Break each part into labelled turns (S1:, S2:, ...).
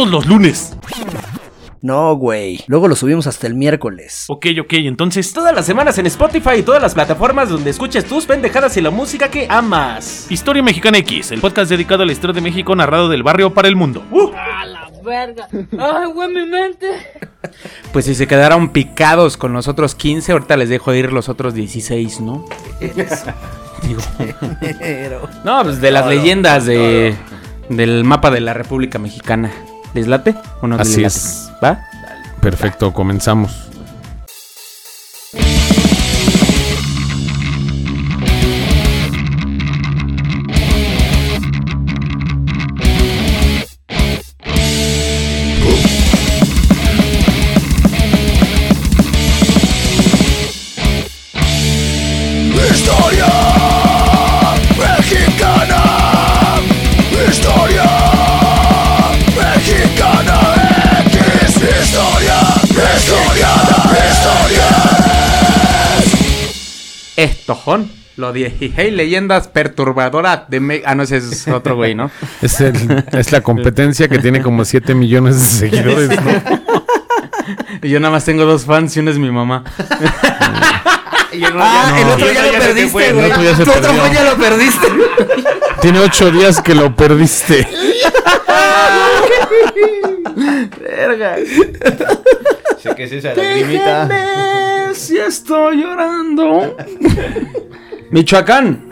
S1: los lunes.
S2: No, güey. Luego lo subimos hasta el miércoles.
S1: Ok, ok, entonces.
S3: Todas las semanas en Spotify y todas las plataformas donde escuches tus pendejadas y la música que amas.
S1: Historia Mexicana X, el podcast dedicado a la historia de México narrado del barrio para el mundo. Uh.
S4: A la verga. Ay, güey, mi mente.
S5: Pues si se quedaron picados con los otros 15, ahorita les dejo ir los otros 16, ¿no? Digo. No, pues de las leyendas de, del mapa de la República Mexicana. ¿Les late o no les
S6: Así
S5: late?
S6: es.
S5: ¿Va?
S6: Perfecto, comenzamos.
S5: Estojón. Lo dije. Hey, leyendas perturbadoras de México. Ah, no, ese es otro güey, ¿no?
S6: Es, el- es la competencia que tiene como 7 millones de seguidores, ¿no?
S5: Y yo nada más tengo dos fans y uno es mi mamá. Y el otro ya-
S6: Ah, el otro
S5: y
S6: ya lo
S5: se
S6: perdiste,
S5: fue, el
S6: güey.
S5: otro ya se
S6: Tu otro
S5: perdió.
S6: güey ya
S2: lo perdiste.
S6: Tiene 8 días que lo perdiste.
S5: Verga.
S7: Sé que es esa lagrimita.
S5: si estoy llorando. Michoacán.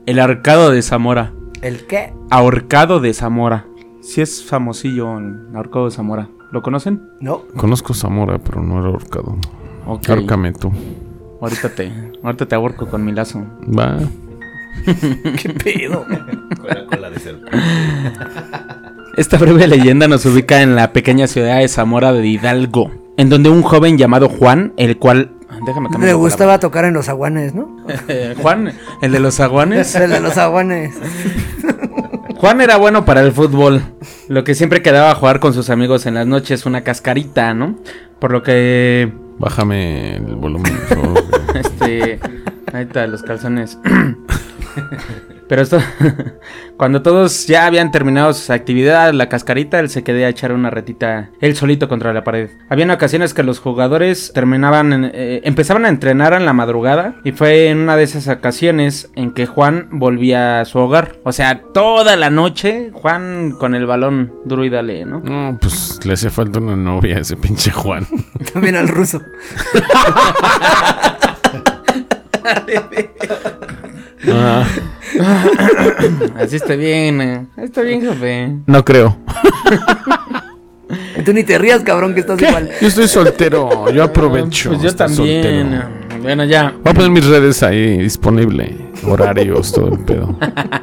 S5: El arcado de Zamora.
S2: ¿El qué?
S5: Ahorcado de Zamora. Si es famosillo en ahorcado de Zamora. ¿Lo conocen?
S2: No.
S6: Conozco Zamora, pero no era ahorcado.
S5: Ok.
S6: Ahórcame tú.
S5: Ahorita te, ahorita te ahorco con mi lazo.
S6: Va.
S2: ¿Qué pedo?
S7: Con la cola de serpiente.
S5: Esta breve leyenda nos ubica en la pequeña ciudad de Zamora de Hidalgo, en donde un joven llamado Juan, el cual... Déjame cambiar.
S2: Le
S5: la
S2: gustaba tocar en los aguanes, ¿no?
S5: palabra. Eh, Juan, el de los aguanes.
S2: El de los aguanes.
S5: Juan era bueno para el fútbol, lo que siempre quedaba a jugar con sus amigos en las noches, una cascarita, ¿no? Por lo que...
S6: Bájame el volumen. por favor.
S5: Este... Ahí está, los calzones. Pero esto... Cuando todos ya habían terminado sus actividades, la cascarita, él se quedó a echar una retita él solito contra la pared. Habían ocasiones que los jugadores terminaban, en- eh, empezaban a entrenar en la madrugada y fue en una de esas ocasiones en que Juan volvía a su hogar. O sea, toda la noche Juan con el balón duro y dale, ¿no?
S6: No, pues le hacía falta una novia a ese pinche Juan.
S2: También al ruso.
S6: Ah,
S5: Así está bien, eh. está bien, jefe.
S6: no creo.
S2: Tú ni te rías, cabrón, que estás igual.
S6: Yo estoy soltero. Yo aprovecho.
S5: Pues yo
S6: estar
S5: también. eh.
S6: soltero.
S5: Bueno, ya.
S6: Voy a poner mis redes ahí disponible. Horarios, todo el pedo.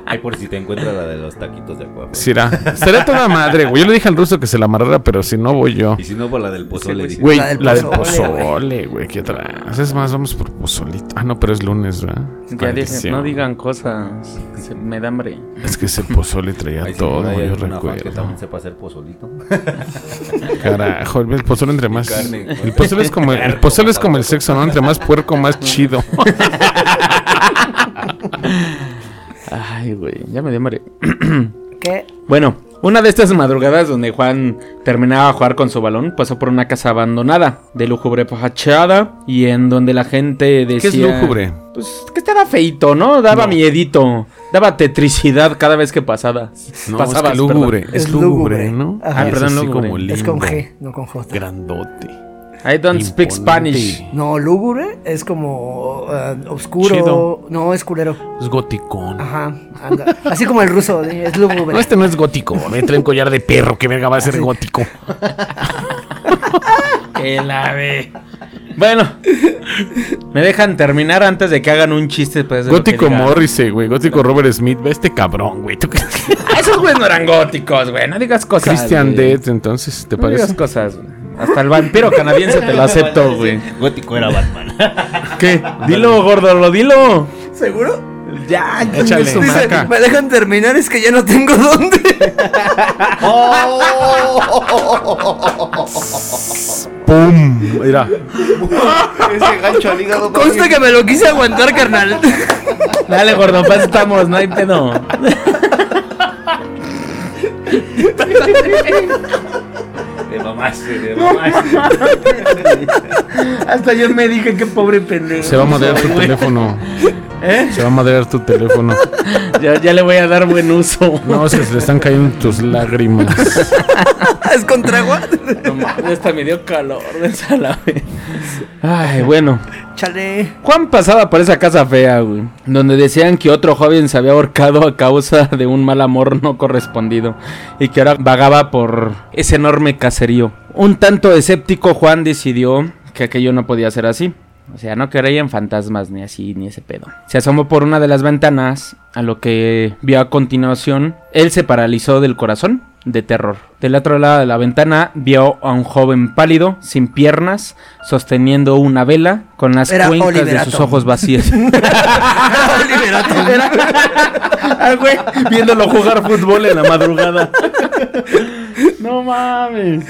S7: Ay, por si te encuentras la de los taquitos de agua.
S6: Sí, era. Estaría toda madre, güey. Yo le dije al ruso que se la amarrara, pero si no voy yo.
S7: Y si no, por la del pozole. dije.
S6: Güey,
S2: La del
S6: la del
S2: pozole, güey.
S6: pozole, güey. ¿Qué atrás? Es más, vamos por pozolito. Ah, no, pero es lunes, ¿verdad?
S5: Ya dije,
S6: Maldición.
S5: no digan cosas. Se- me da hambre.
S6: Es que ese pozole traía
S7: Ay, si
S6: todo,
S7: no, hay
S6: yo
S7: alguna fan que
S6: recuerdo.
S7: también sepa hacer pozolito.
S6: Carajo, el pozole entre más.
S7: carne, güey.
S6: el pozole es como el, el pozole es como el sexo, ¿no? Entre más puerco, más chido.
S5: Ay, güey, ya me dio hambre.
S2: ¿Qué?
S5: Bueno, una de estas madrugadas donde Juan terminaba de jugar con su balón, pasó por una casa abandonada, de lúgubre fachada, y en donde la gente
S6: ¿Qué
S5: decía...
S6: es lúgubre?
S5: Pues que estaba feito, ¿no? Daba miedito. Daba tetricidad cada vez que pasaba.
S6: No, es
S5: Pasabas,
S6: que lúgubre.
S5: perdón.
S6: Es
S2: Es
S6: lúgubre,
S2: lúgubre.
S6: ¿no?
S2: Ajá.
S5: Ah,
S6: Es
S5: perdón,
S6: así
S5: lúgubre.
S6: como
S2: Es con
S6: lindo,
S2: G, no con J.
S6: Grandote.
S5: I don't speak
S6: imponente.
S5: Spanish.
S2: No, lúgubre es como ah, oscuro.
S6: Chido.
S2: No, es culero.
S6: Es goticón.
S2: Ajá. anda. Así como el ruso, ¿eh? es lúgubre.
S6: No, este no es gótico. Me trae un collar de perro. ¿Qué verga va a ser gótico?
S5: Que la ve. Bueno, me dejan terminar antes de que hagan un chiste. Pues, de lo que
S6: Gótico
S5: diga.
S6: Morrissey, güey. Gótico Robert Smith. Ve este cabrón, güey. ¿Tú qué-
S5: Ah, Esos güeyes no eran góticos, güey. No digas cosas.
S6: Christian
S5: güey.
S6: Dead, entonces, ¿te
S5: No digas
S6: parece?
S5: cosas. güey. Hasta el vampiro canadiense te lo acepto, güey.
S7: Gótico era Batman.
S5: ¿Qué? Dilo, gordo, lo dilo.
S2: ¿Seguro?
S5: Ya,
S6: Échale.
S5: chingue su
S2: Dice,
S5: marca.
S2: me dejan terminar, es que ya no tengo dónde.
S6: ¡Pum! Mira.
S7: Ese gancho al hígado.
S2: Consta que me lo quise aguantar, carnal.
S5: Dale, gordo, pues estamos, no hay pedo.
S7: De mamás, de mamás.
S5: Hasta yo me dije que pobre pendejo.
S6: Se va a madrear tu teléfono. Se va a madrear tu teléfono.
S5: Ya, ya le voy a dar buen uso.
S6: No, es que se le están cayendo tus lágrimas.
S2: es contra agua.
S5: Esta me dio calor, la Ay, bueno.
S2: Chale.
S5: Juan pasaba por esa casa fea, güey. Donde decían que otro joven se había ahorcado a causa de un mal amor no correspondido. Y que ahora vagaba por ese enorme caserío. Un tanto escéptico, Juan decidió que aquello no podía ser así. O sea, no creía en fantasmas ni así, ni ese pedo. Se asomó por una de las ventanas, a lo que vio a continuación. Él se paralizó del corazón de terror. Del otro lado de la ventana vio a un joven pálido, sin piernas, sosteniendo una vela con las
S2: Era
S5: cuencas
S2: Oliver
S5: de sus
S2: Atom.
S5: ojos vacías.
S2: Liberato.
S5: Ah, güey, viéndolo jugar fútbol en la madrugada. No mames.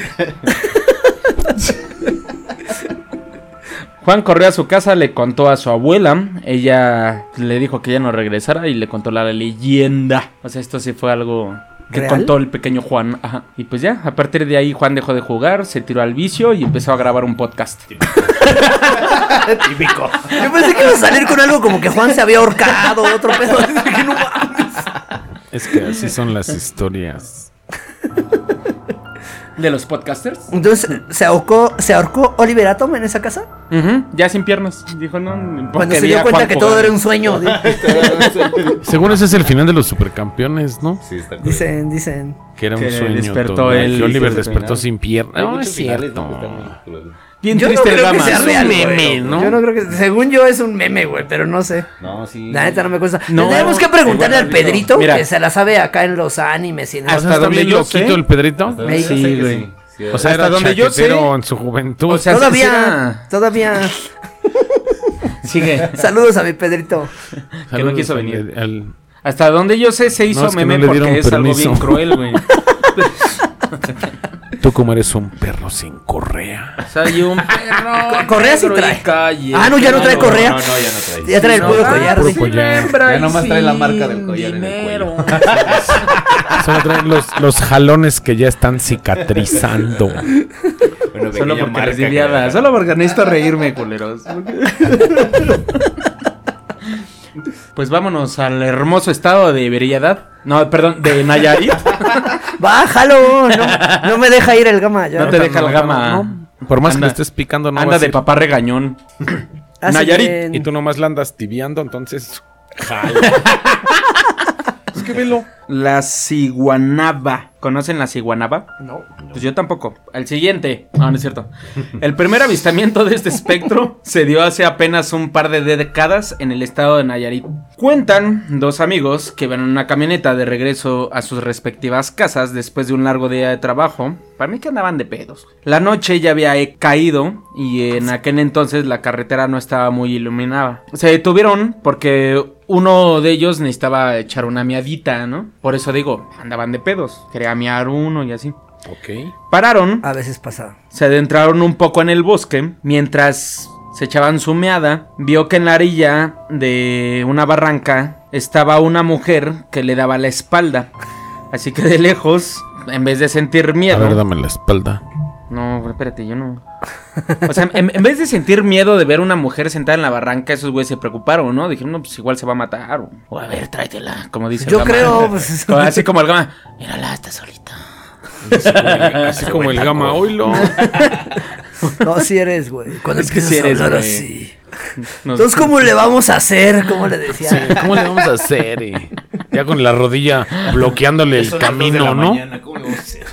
S5: Juan corrió a su casa, le contó a su abuela, ella le dijo que ya no regresara y le contó la leyenda. O sea, esto sí fue algo que
S2: ¿Real?
S5: contó el pequeño Juan. Ajá. Y pues ya, a partir de ahí Juan dejó de jugar, se tiró al vicio y empezó a grabar un podcast.
S7: Típico.
S2: Yo pensé que iba a salir con algo como que Juan se había ahorcado, otro pedo. Así que no mames.
S6: Es que así son las historias.
S5: ¿De los podcasters?
S2: Entonces, ¿se ahorcó, ¿se ahorcó Oliver Atom en esa casa?
S5: Ujú, ya sin piernas. Dijo, no, ni-
S2: Cuando
S5: porque
S2: se
S5: vi
S2: dio
S5: a
S2: cuenta
S5: Juan
S2: que todo
S5: jugar.
S2: era un sueño. di-
S6: Según ese es el final de los supercampeones, ¿no?
S7: Sí, está cool.
S2: Dicen, dicen.
S6: Que era un
S5: Que
S6: sueño.
S5: despertó
S6: todo,
S5: él
S6: que
S5: y
S6: Oliver
S5: se
S6: despertó
S5: terminó.
S6: sin pierna.
S7: Hay
S6: No,
S7: muchos
S6: es
S7: finales,
S6: cierto.
S7: ¿no? que están ridículos.
S5: Bien
S2: Yo no
S5: triste el
S2: creo que
S5: drama.
S2: sea
S5: Es un
S2: real, güey.
S5: meme, ¿no?
S2: Yo no creo que. Según yo, es un meme, güey, pero no sé.
S7: No, sí.
S2: La neta no me cuesta.
S5: No,
S2: Tenemos que preguntarle al
S7: igual,
S2: Pedrito,
S5: mira. Ah,
S2: que se la sabe acá en los animes y en
S5: Hasta
S2: los.
S6: Hasta ¿Está
S5: donde
S6: bien
S5: yo
S6: loquito
S5: sé.
S6: el Pedrito?
S7: Hasta-
S5: Sí,
S7: sé que
S5: güey.
S6: O
S7: sí.
S6: sea,
S5: Hasta
S6: era
S5: donde yo
S6: chaquetero
S5: sé.
S6: en su juventud.
S5: O sea,
S2: Todavía, todavía.
S5: Sigue.
S2: Saludos a mi Pedrito.
S5: que no quiso
S6: al-
S5: venir.
S6: al-
S5: Hasta donde yo sé se hizo
S6: No, es que
S5: meme
S6: no le dieron
S5: porque es algo bien
S6: permiso.
S5: cruel, güey.
S6: Tú como eres un perro sin correa.
S5: Soy un perro.
S2: Co- correa sí
S5: negro y
S2: trae.
S5: calle.
S2: Ah, no, ya no trae
S5: Claro.
S2: correa.
S7: No, no, ya no trae.
S2: Ya trae el
S5: No,
S2: puro
S5: ah,
S2: collar.
S6: puro
S2: sí.
S6: collar.
S7: Ya nomás trae la marca del
S5: sin
S7: collar en el cuello.
S5: dinero.
S6: Solo traen los, los jalones que ya están cicatrizando.
S7: Bueno,
S5: Solo
S7: pequeña
S5: porque
S7: marca
S5: eres
S7: que-
S5: liviada. Solo porque necesito reírme, culeros. Pues vámonos al hermoso estado de Veriedad. No, perdón, de Nayarit.
S2: Bájalo. No, no me deja ir el gama. Ya.
S5: No te deja el gama.
S6: No, por más
S5: Anda-
S6: que le estés picando, no
S5: Anda
S6: vas a
S5: de
S6: ir.
S5: papá regañón.
S7: Ah,
S2: Hace
S5: Nayarit,
S2: bien.
S6: Y tú nomás la andas tibiando, entonces.
S5: Es que velo. La ciguanaba. ¿Conocen la ciguanaba?
S2: No.
S5: Pues yo tampoco. Al siguiente. Ah, No, no es cierto. El primer avistamiento de este espectro se dio hace apenas un par de décadas en el estado de Nayarit. Cuentan dos amigos que van en una camioneta de regreso a sus respectivas casas después de un largo día de trabajo. Para mí que andaban de pedos. La noche ya había eh, caído y en aquel entonces la carretera no estaba muy iluminada. Se detuvieron porque uno de ellos necesitaba echar una miadita, ¿no? Por eso digo, andaban de pedos. Quería miar uno y así.
S6: Ok.
S5: Pararon,
S2: A veces pasa.
S5: se adentraron un poco en el bosque, mientras se echaban su meada, vio que en la orilla de una barranca estaba una mujer que le daba la espalda. Así que de lejos, en vez de sentir
S6: A ver,
S5: miedo,
S6: dame la espalda.
S5: No, güey, espérate, yo no. O sea, en, en vez de sentir miedo de ver una mujer sentada en la barranca, esos güeyes se preocuparon, ¿no? Dijeron, no, pues igual se va a matar. O, o a ver, tráetela, como dice el
S2: Yo
S5: Gama.
S2: creo, pues,
S5: Como- Así como el gama, mírala, está solita.
S6: Así como el gama oilo.
S2: No, si eres, güey. Cuando
S7: Es que sí
S2: empiezas a
S7: eres,
S2: hablar
S7: güey.
S2: así. Entonces, ¿cómo le vamos a hacer? ¿Cómo le decía?
S6: ¿Cómo le vamos a hacer? eh? Ya con la rodilla bloqueándole el camino, ¿no?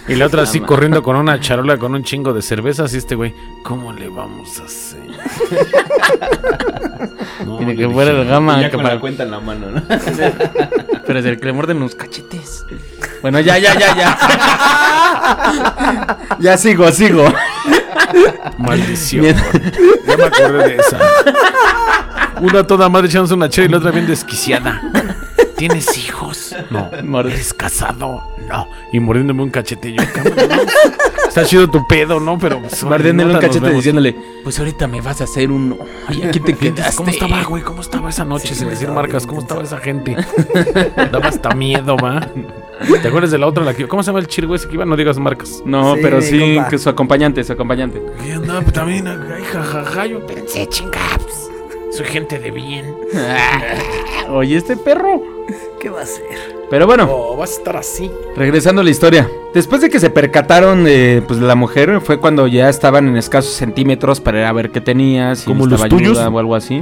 S6: Y la otra así corriendo con una charola con un chingo de cervezas y este güey, ¿cómo le vamos a hacer? No,
S5: Tiene
S6: le
S5: que fuera
S6: dije,
S5: el gama,
S7: ya
S5: que
S7: con
S5: para-
S7: la cuenta en la mano, ¿no?
S5: pero es el clamor de los cachetes. Bueno, ya, ya, ya, ya. ya sigo, sigo.
S6: Maldición.
S5: Mien-
S6: Ya me acordé de esa. Una toda madre echándose una chela y la otra bien desquiciada. ¿Tienes hijos? No.
S5: Morde-
S6: ¿Eres casado? No. Y mordiéndome un cachetillo. cabrón. Está chido tu pedo, ¿no? Pero. pues,
S5: Mordiéndole un
S6: nota, nos
S5: cachete
S6: vemos.
S5: diciéndole, pues ahorita me vas a hacer uno. Ay, aquí te quedaste.
S6: ¿Cómo estaba, güey? ¿Cómo estaba esa noche? sin decir marcas, ¿cómo estaba esa gente? Daba hasta miedo, va. ¿Te acuerdas de la otra? La que, ¿Cómo se llama el chirgo ese que iba? No digas marcas.
S5: No,
S2: Sí,
S5: pero sí,
S2: compa.
S5: que su acompañante, su acompañante.
S6: Y andaba pues, también, ay, jajaja, yo pensé, chingaps. Soy gente de bien.
S5: Oye, este perro.
S2: ¿Qué va a hacer?
S5: Pero bueno.
S6: Oh, vas a estar así.
S5: Regresando a la historia. Después de que se percataron de pues, de la mujer, fue cuando ya estaban en escasos centímetros para ir a ver qué tenía, si
S6: ¿Como los
S5: necesitaba ayuda
S6: tuyos?
S5: o algo así.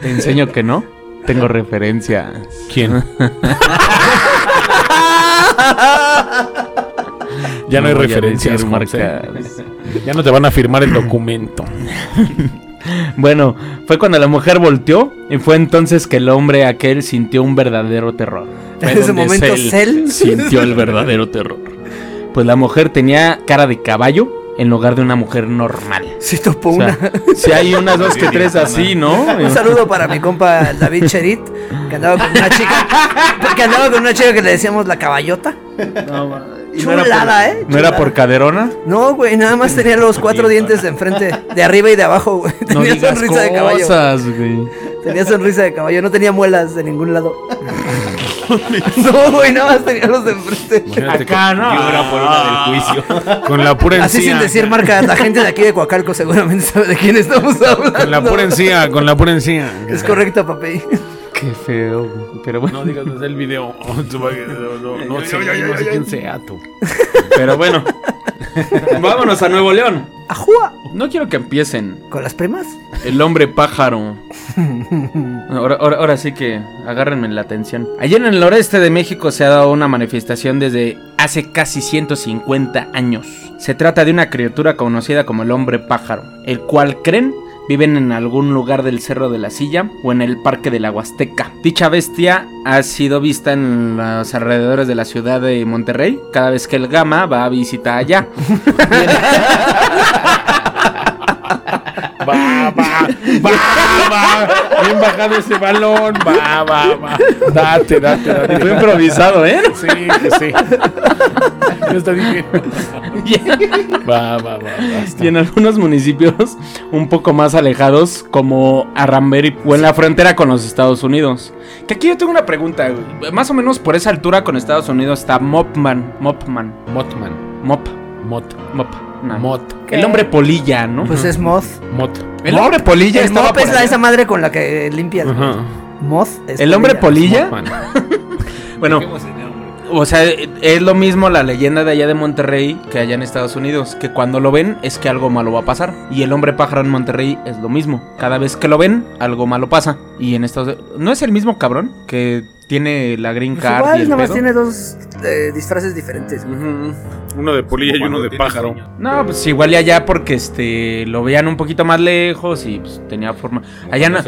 S5: Te enseño que no. Tengo referencias.
S6: ¿Quién? ya no hay
S5: voy a
S6: referencias,
S5: decir
S6: Juanse.
S5: marcas.
S6: Ya no te van a firmar el documento.
S5: Bueno, fue cuando la mujer volteó y fue entonces que el hombre aquel sintió un verdadero terror. Fue
S2: En ese
S5: donde
S2: momento, Cell-
S5: sintió el verdadero terror. Pues la mujer tenía cara de caballo en lugar de una mujer normal.
S2: Si topo
S5: O sea,
S2: una.
S5: si hay unas dos que tres así, ¿no?
S2: Un saludo para mi compa David Cherit, que andaba con una chica. Que andaba con una chica que le decíamos la caballota. Chulada, ¿eh?
S5: ¿No era por caderona?
S2: No, güey, nada más tenía los cuatro dientes de enfrente, de arriba y de abajo, güey.
S5: No
S2: Tenía
S5: digas
S2: sonrisa de caballo.
S5: cosas, güey.
S2: Tenía sonrisa de caballo, no tenía muelas de ningún lado. no, güey, nada más tenía los de enfrente.
S6: Acá,
S7: Y una por una del juicio.
S6: Con la pura encía.
S2: Así sin decir marca, la gente de aquí de Coacalco seguramente sabe de quién estamos hablando.
S6: Con la pura encía, con la pura encía.
S2: Es correcto, papi.
S5: Qué feo, güey. Pero bueno.
S6: No digas desde el video. No, no, no sé, no sé quién sea tú.
S5: Pero bueno. Vámonos a Nuevo León.
S2: ¡Ajúa!
S5: No quiero que empiecen.
S2: ¿Con las primas?
S5: El hombre pájaro. Ahora, ahora- ahora sí que agárrenme la atención. Ayer en el noreste de México se ha dado una manifestación desde hace casi 150 años. Se trata de una criatura conocida como el hombre pájaro, el cual creen viven en algún lugar del Cerro de la Silla o en el Parque de la Huasteca. Dicha bestia ha sido vista en los alrededores de la ciudad de Monterrey cada vez que el Gama va a visitar allá.
S6: Va, va, va, va. Bien bajado ese balón. Va, va, va. Date, date, date.
S5: Fue improvisado, ¿eh?
S6: Sí, que sí. Yo hasta dije. Va, va, va. basta.
S5: Y en algunos municipios un poco más alejados, como Arramberi o en la frontera con los Estados Unidos. Que aquí yo tengo una pregunta, güey. Más o menos por esa altura con Estados Unidos está Mopman. Mopman.
S6: Motman.
S5: Mop.
S6: Mot.
S5: Mop. no.
S6: Mot.
S5: El hombre polilla, ¿no?
S2: Pues es Moth.
S6: Mot.
S5: el hombre polilla
S2: El
S5: estaba
S2: Mop
S5: por
S2: es la,
S5: allá.
S2: esa madre con la que limpias. güey. Moth es
S5: El hombre
S2: polilla.
S5: polilla.
S6: Motman.
S5: Bueno, o sea, es lo mismo la leyenda de allá de Monterrey que allá en Estados Unidos, que cuando lo ven es que algo malo va a pasar. Y el hombre pájaro en Monterrey es lo mismo. Cada vez que lo ven, algo malo pasa. Y en Estados ¿no es el mismo cabrón que tiene la green
S2: Pues
S5: card y
S2: igual,
S5: el
S2: nada más
S5: pedo?
S2: tiene dos eh, disfraces diferentes. güey.
S5: Ujú.
S6: Uno de polilla y uno de pájaro.
S5: No, pues igual y allá porque este lo veían un poquito más lejos y pues, tenía forma. Allá no, A-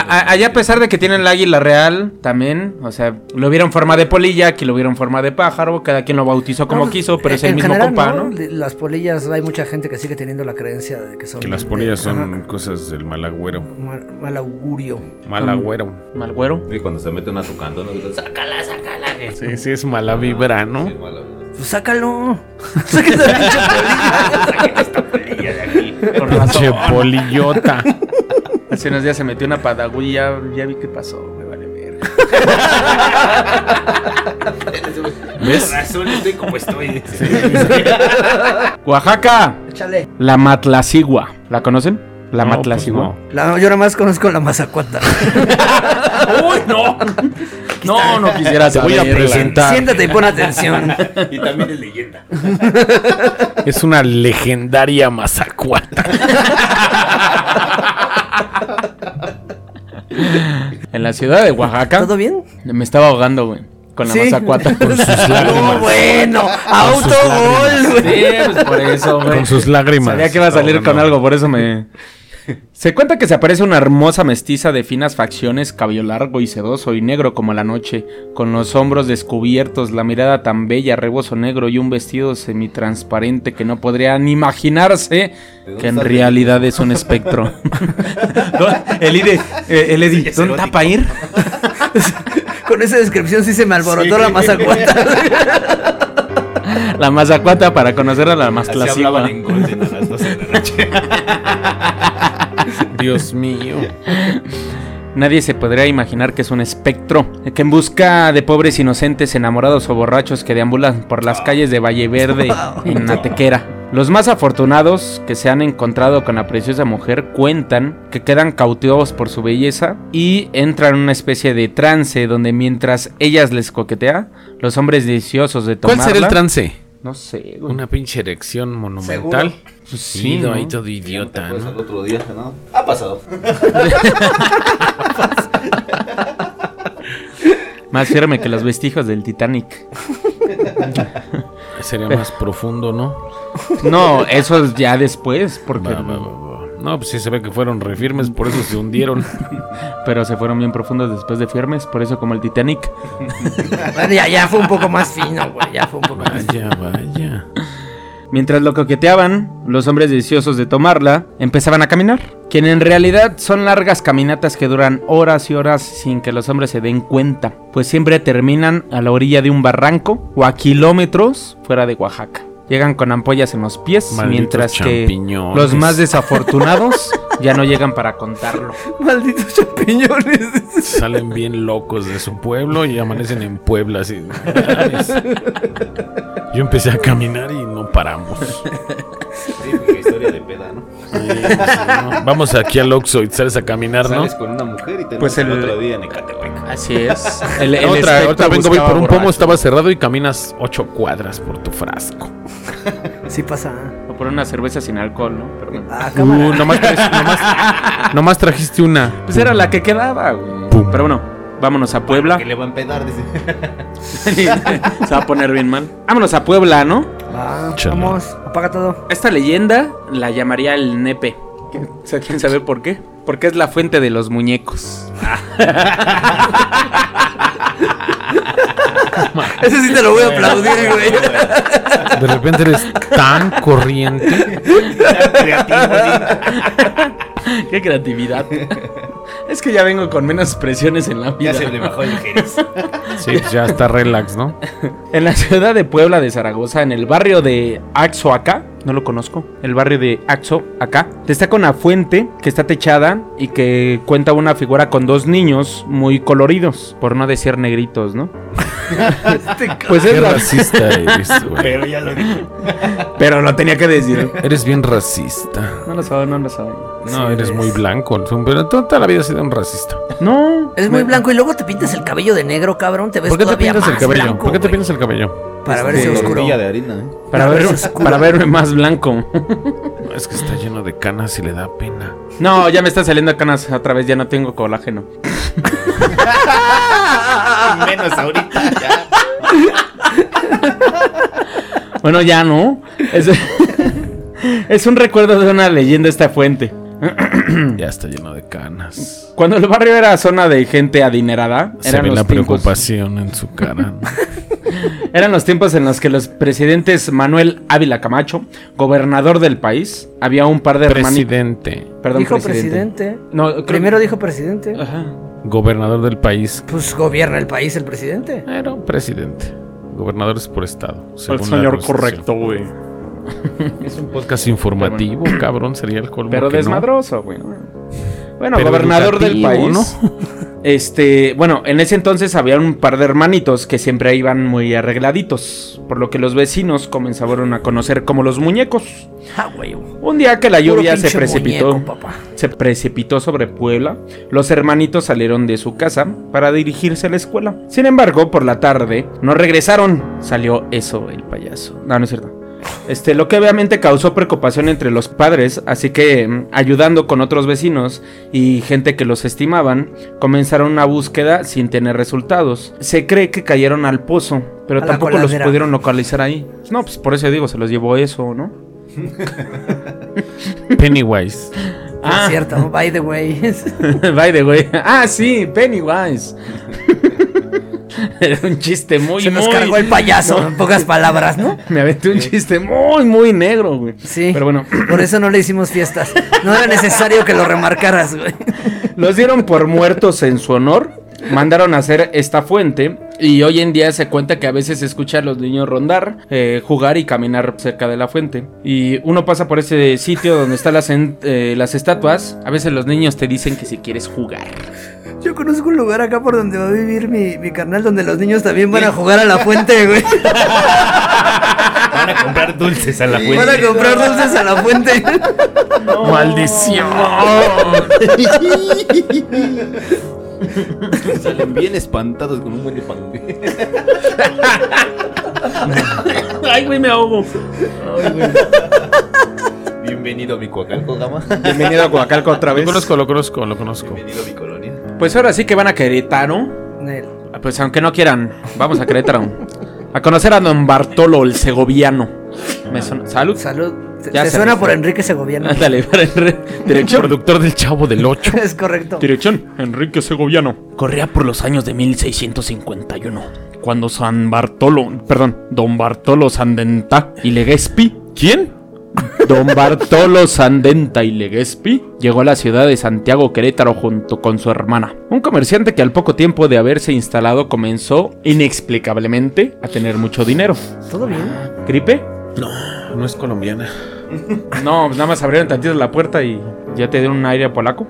S5: a- allá a pesar de que tienen el águila real también, o sea, lo vieron forma de polilla, aquí lo vieron forma de pájaro, cada quien lo bautizó como
S2: No, pues,
S5: quiso, pero es
S2: en-
S5: el
S2: en
S5: mismo
S2: general,
S5: compa, ¿no?
S2: De- Las polillas, hay mucha gente que sigue teniendo la creencia de que son.
S6: Que las polillas
S2: de-
S6: son
S2: ajá,
S6: cosas del mal agüero.
S2: mal, mal augurio.
S6: Mal agüero.
S5: Malgüero.
S7: Y cuando se meten a tu canto, no dices, "Ah, sácala, sácala.
S6: Sí, sí, es mala vibra, ¿no?
S7: Sí, mala-
S2: Pues sácalo. Saca esa pinche
S5: Con
S6: Pinche
S5: razón.
S6: polillota.
S5: Hace unos días se metió una padagulla, ya vi qué pasó, me vale ver.
S6: ¿Ves?
S7: Razón, estoy como estoy.
S5: Oaxaca,
S2: Échale.
S5: la Matlacigua. ¿La conocen? La Matlacigua.
S2: La, yo nada más conozco la mazacuata.
S1: ¡Uy, no!
S5: no. no, quisiera
S6: Te voy a
S5: saberla.
S6: presentar.
S2: Siéntate y pon atención.
S7: Y también es leyenda.
S6: Es una legendaria mazacuata.
S5: En la ciudad de Oaxaca.
S2: ¿Todo bien?
S5: Me estaba ahogando, güey. Con la
S2: Sí.
S5: mazacuata. Con sus
S2: No, bueno. Autogol,
S5: Sí,
S2: güey.
S5: pues por eso, güey.
S6: Con sus lágrimas. Oh,
S5: Sabía que iba a salir
S6: Ahogando.
S5: con algo, por eso me. Se cuenta que se aparece una hermosa mestiza de finas facciones, cabello largo y sedoso y negro como la noche, con los hombros descubiertos, la mirada tan bella, rebozo negro y un vestido semitransparente que no podrían imaginarse que en realidad es un espectro.
S1: El IDE, eh, el Eddie, ¿dónde está para ir?
S2: Con esa descripción sí se me alborotó la mazacuata.
S5: la mazacuata para conocer a la más
S7: Así hablaban
S5: clásica.
S7: en Golden a las 12 de la noche.
S5: Dios mío. Nadie se podría imaginar que es un espectro, que en busca de pobres inocentes enamorados o borrachos que deambulan por las calles de Valle Verde en Atequera. Los más afortunados que se han encontrado con la preciosa mujer cuentan que quedan cautivados por su belleza y entran en una especie de trance donde mientras ellas les coquetea, los hombres deseosos de
S6: ¿Cuál
S5: tomarla...
S6: será el trance?
S5: No sé, güey.
S6: Una pinche erección monumental.
S5: Pues
S6: Sí,
S5: sí, ¿no?
S6: ahí todo idiota,
S7: Pues
S6: ¿no?
S7: al otro día, ¿no? Ha pasado.
S5: Más firme que los vestigios del Titanic.
S6: Sería más profundo, ¿no?
S5: No, eso es ya después, porque...
S6: Va, va, va, va. No, pues sí se ve que fueron refirmes, por eso se hundieron.
S5: Pero se fueron bien profundos después de firmes, por eso como el Titanic.
S2: Bueno, ya, ya fue un poco más fino, güey. Ya fue un poco más fino.
S6: Vaya, vaya.
S5: Mientras lo coqueteaban, los hombres deseosos de tomarla empezaban a caminar. Quien en realidad son largas caminatas que duran horas y horas sin que los hombres se den cuenta, pues siempre terminan a la orilla de un barranco o a kilómetros fuera de Oaxaca. Llegan con ampollas en los pies,
S6: Malditos
S5: mientras que
S6: champiñones.
S5: los más desafortunados ya no llegan para contarlo.
S2: Malditos champiñones.
S6: Salen bien locos de su pueblo y amanecen en Puebla. Así. Yo empecé a caminar y no paramos.
S7: Sí, porque historia de peda, ¿no?
S6: Vamos aquí al Oxxo y sales a caminar, ¿no?
S7: Sales con una mujer y te
S5: Pues
S7: pues el...
S5: el-
S7: otro día en Ecatepec.
S5: Así es. El, el
S6: otra,
S5: espectro
S6: otra vengo voy
S5: buscaba
S6: por un pomo,
S5: borrachos.
S6: estaba cerrado y caminas ocho cuadras por tu frasco.
S2: Sí pasa.
S5: O por una cerveza sin alcohol, ¿no? Pero bueno.
S2: Ah, cámara.
S6: Uh, nomás, tres- nomás- nomás trajiste una.
S5: Pues era la que quedaba, güey.
S6: Pum.
S5: Pero bueno, vámonos a Puebla.
S7: Que le va a empedar, dice.
S5: Se va a poner bien mal. Vámonos a Puebla, ¿no?
S2: Ah,
S6: Chale.
S2: vamos, apaga todo.
S5: Esta leyenda la llamaría el nepe. ¿Quién, o sea, ¿quién sabe por qué? Porque es la fuente de los muñecos.
S2: Ese sí te lo voy a aplaudir, güey.
S6: De repente eres tan corriente.
S5: ¡Qué creatividad! es que ya vengo con menos presiones en la vida.
S7: Ya se le bajó el jerez.
S6: Sí, pues ya está relax, ¿no?
S5: En la ciudad de Puebla de Zaragoza, en el barrio de Axoacá, no lo conozco, el barrio de Axoacá, destaca una fuente que está techada y que cuenta una figura con dos niños muy coloridos, por no decir negritos, ¿no? pues
S6: Qué
S5: es la-
S6: racista eres, güey.
S7: Pero ya lo dijo.
S5: Pero lo tenía que decir.
S6: Eres bien racista.
S5: No lo saben, no lo saben.
S6: No, eres muy blanco. Pero toda la vida has sido un racista.
S5: No.
S2: Es muy blanco y luego te pintas el cabello de negro, cabrón. Te ves
S6: ¿Por qué te
S2: todavía
S6: pintas el
S2: más
S6: cabello?
S2: blanco,
S6: ¿Por qué te
S2: güey.
S6: pintas el cabello?
S2: Para verse oscuro.
S7: Tortilla de harina, ¿eh?
S5: Para, ver, para verme más blanco.
S6: No, Es que está lleno de canas y le da pena.
S5: No, ya me está saliendo canas otra vez, ya no tengo colágeno.
S7: Ah, Menos ahorita. Ya.
S5: Bueno, ya no. Es, es un recuerdo de una leyenda esta fuente.
S6: Ya está lleno de canas.
S5: Cuando el barrio era zona de gente adinerada,
S6: Se
S5: eran
S6: ve la
S5: los, tiempos,
S6: preocupación en su cara. ¿no?
S5: eran los tiempos en los que los presidentes Manuel Ávila Camacho, gobernador del país, había un par de hermanitos.
S6: Presidente,
S5: Perdón,
S2: Dijo
S5: presidente.
S2: presidente.
S5: No, creo-
S2: Primero dijo presidente.
S5: Ajá.
S6: gobernador del país.
S2: Pues gobierna el país el presidente.
S6: Era un presidente. Gobernadores por estado. según
S1: El
S6: la
S1: señor
S6: Constitución.
S1: correcto, güey.
S6: Es un podcast informativo, cabrón. Sería el colmo.
S5: Pero
S6: que no.
S5: desmadroso, güey. Bueno,
S6: Pero
S5: gobernador del
S6: educativo,
S5: país. Este, bueno, en ese entonces había un par de hermanitos que siempre iban muy arregladitos, por lo que los vecinos comenzaron a conocer como los muñecos.
S2: Ah, huevo.
S5: Un día que la
S2: Puro
S5: lluvia se
S2: pinche
S5: precipitó,
S2: muñeco, papá.
S5: se precipitó sobre Puebla, los hermanitos salieron de su casa para dirigirse a la escuela. Sin embargo, por la tarde no regresaron. Salió eso el payaso. No, no es cierto. Este, lo que obviamente causó preocupación entre los padres, así que mm, ayudando con otros vecinos y gente que los estimaban, comenzaron una búsqueda sin tener resultados. Se cree que cayeron al pozo, pero
S2: A la
S5: tampoco los
S2: coladera.
S5: pudieron localizar ahí. No, pues por eso digo, se los llevó eso, ¿no?
S6: Pennywise.
S2: Por cierto, by the way.
S5: By the way. Ah, sí, Pennywise. Era un chiste muy,
S2: se nos
S5: muy-
S2: cargó el payaso, en pocas palabras, ¿no?
S5: Me aventé un chiste muy, muy negro, güey.
S2: Sí.
S5: Pero bueno,
S2: Por eso no le hicimos fiestas. No era necesario que lo remarcaras, güey.
S5: los dieron por muertos en su honor. Mandaron a hacer esta fuente. Y hoy en día se cuenta que a veces se escucha a los niños rondar, eh, jugar y caminar cerca de la fuente. Y uno pasa por ese sitio donde están las, en- eh, las estatuas. A veces los niños te dicen que si quieres jugar.
S2: Yo conozco un lugar acá por donde va a vivir mi, mi carnal donde los niños también van a jugar a la fuente, güey.
S7: Van a comprar dulces a la
S2: Van a
S7: fuente.
S2: comprar dulces a la fuente.
S6: ¡Maldición!
S7: Salen bien espantados con un buen de pan.
S5: Ay, güey, me ahogo.
S7: Bienvenido a mi Coacalco, gama.
S5: Bienvenido a Coacalco otra
S6: Lo
S5: vez.
S6: conozco, lo conozco, lo conozco.
S7: Bienvenido a mi colonia.
S5: Pues ahora sí que van a Querétaro.
S2: Nel,
S5: Pues aunque no quieran, vamos a Querétaro. A conocer a don Bartolo, el segoviano. Me suena- Salud.
S2: Salud. Se,
S5: Ya
S2: se
S5: se
S2: suena
S5: rifó.
S2: por Enrique Segoviano.
S5: Ándale, para el re- dirección.
S6: Productor del Chavo del 8.
S2: es correcto.
S5: Dirección, Enrique Segoviano. Corría por los años de 1651, cuando San Bartolo, perdón, don Bartolo Sandenta y Legazpi
S6: ¿Quién?
S5: Don Bartolo Sandenta y Legazpi llegó a la ciudad de Santiago Querétaro junto con su hermana. Un comerciante que al poco tiempo de haberse instalado comenzó inexplicablemente a tener mucho dinero.
S2: ¿Todo bien?
S5: ¿Gripe?
S6: No es colombiana.
S5: No, pues nada más abrieron tantito la puerta y ya te dieron un aire a polaco.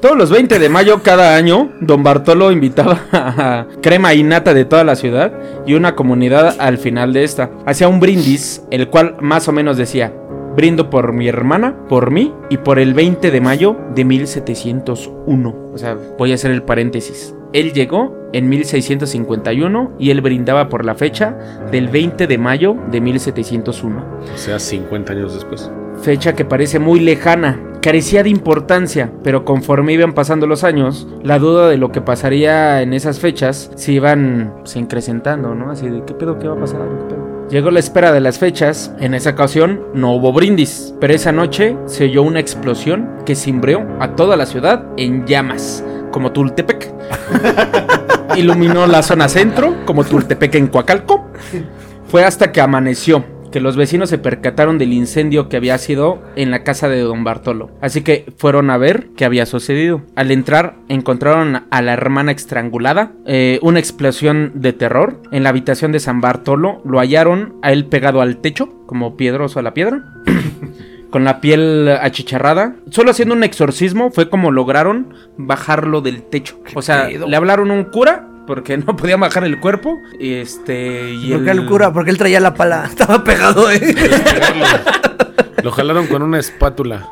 S5: Todos los 20 de mayo cada año, don Bartolo invitaba a crema y nata de toda la ciudad y una comunidad al final de esta. Hacía un brindis, el cual más o menos decía, brindo por mi hermana, por mí y por el 20 de mayo de 1701. O sea, voy a hacer el paréntesis. Él llegó en 1651 y él brindaba por la fecha del 20 de mayo de 1701
S6: O sea, 50 años después.
S5: fecha que parece muy lejana, carecía de importancia, pero conforme iban pasando los años, la duda de lo que pasaría en esas fechas se iban se incrementando, ¿no? Así de, ¿qué pedo? ¿Qué va a pasar? ¿Qué pedo? Llegó la espera de las fechas, en esa ocasión no hubo brindis, pero esa noche se oyó una explosión que cimbreó a toda la ciudad en llamas, como Tultepec. Iluminó la zona centro, como Tultepec en Coacalco. Fue hasta que amaneció que los vecinos se percataron del incendio que había sido en la casa de don Bartolo. Así que fueron a ver qué había sucedido. Al entrar encontraron a la hermana estrangulada, eh, una explosión de terror. En la habitación de San Bartolo lo hallaron a él pegado al techo, como piedroso a la piedra con la piel achicharrada. Solo haciendo un exorcismo fue como lograron bajarlo del techo. O sea,
S2: pedo?
S5: le hablaron a un cura porque no podía bajar el cuerpo. Este, y
S2: ¿Por qué
S5: el-
S2: al cura? Porque él traía la pala. Estaba pegado, eh.
S6: Lo jalaron con una espátula.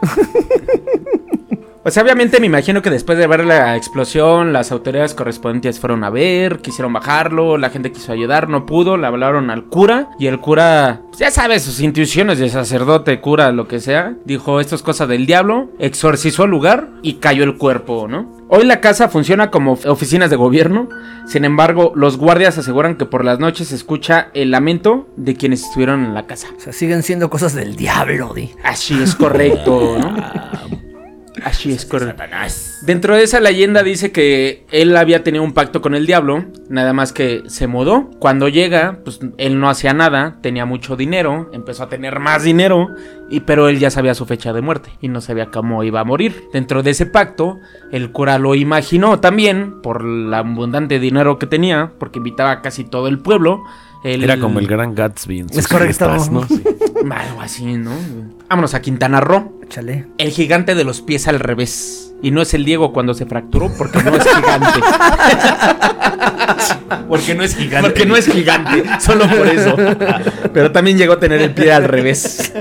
S5: O sea, obviamente me imagino que después de ver la explosión, las autoridades correspondientes fueron a ver, quisieron bajarlo, la gente quiso ayudar, no pudo, le hablaron al cura y el cura, pues ya sabes, sus intuiciones de sacerdote, cura, lo que sea, dijo esto es cosa del diablo, exorcizó el lugar y cayó el cuerpo, ¿no? Hoy la casa funciona como of- oficinas de gobierno, sin embargo, los guardias aseguran que por las noches se escucha el lamento de quienes estuvieron en la casa.
S2: O sea, siguen siendo cosas del diablo, di.
S5: Así es correcto, ¿no? Así es correcto. Dentro de esa leyenda dice que él había tenido un pacto con el diablo, nada más que se mudó. Cuando llega, pues él no hacía nada, tenía mucho dinero, empezó a tener más dinero, y, pero él ya sabía su fecha de muerte y no sabía cómo iba a morir. Dentro de ese pacto, el cura lo imaginó también por el abundante dinero que tenía, porque invitaba a casi todo el pueblo. Él-
S6: Era como el gran Gatsby. en sus
S2: Es correcto.
S6: fiestas, ¿no? Sí.
S5: Algo así, ¿no? Vámonos a Quintana Roo.
S2: Chale.
S5: El gigante de los pies al revés. Y no es el Diego cuando se fracturó porque no es gigante.
S1: Porque no es gigante.
S5: porque no es gigante,
S1: solo por eso.
S5: pero también llegó a tener el pie al revés.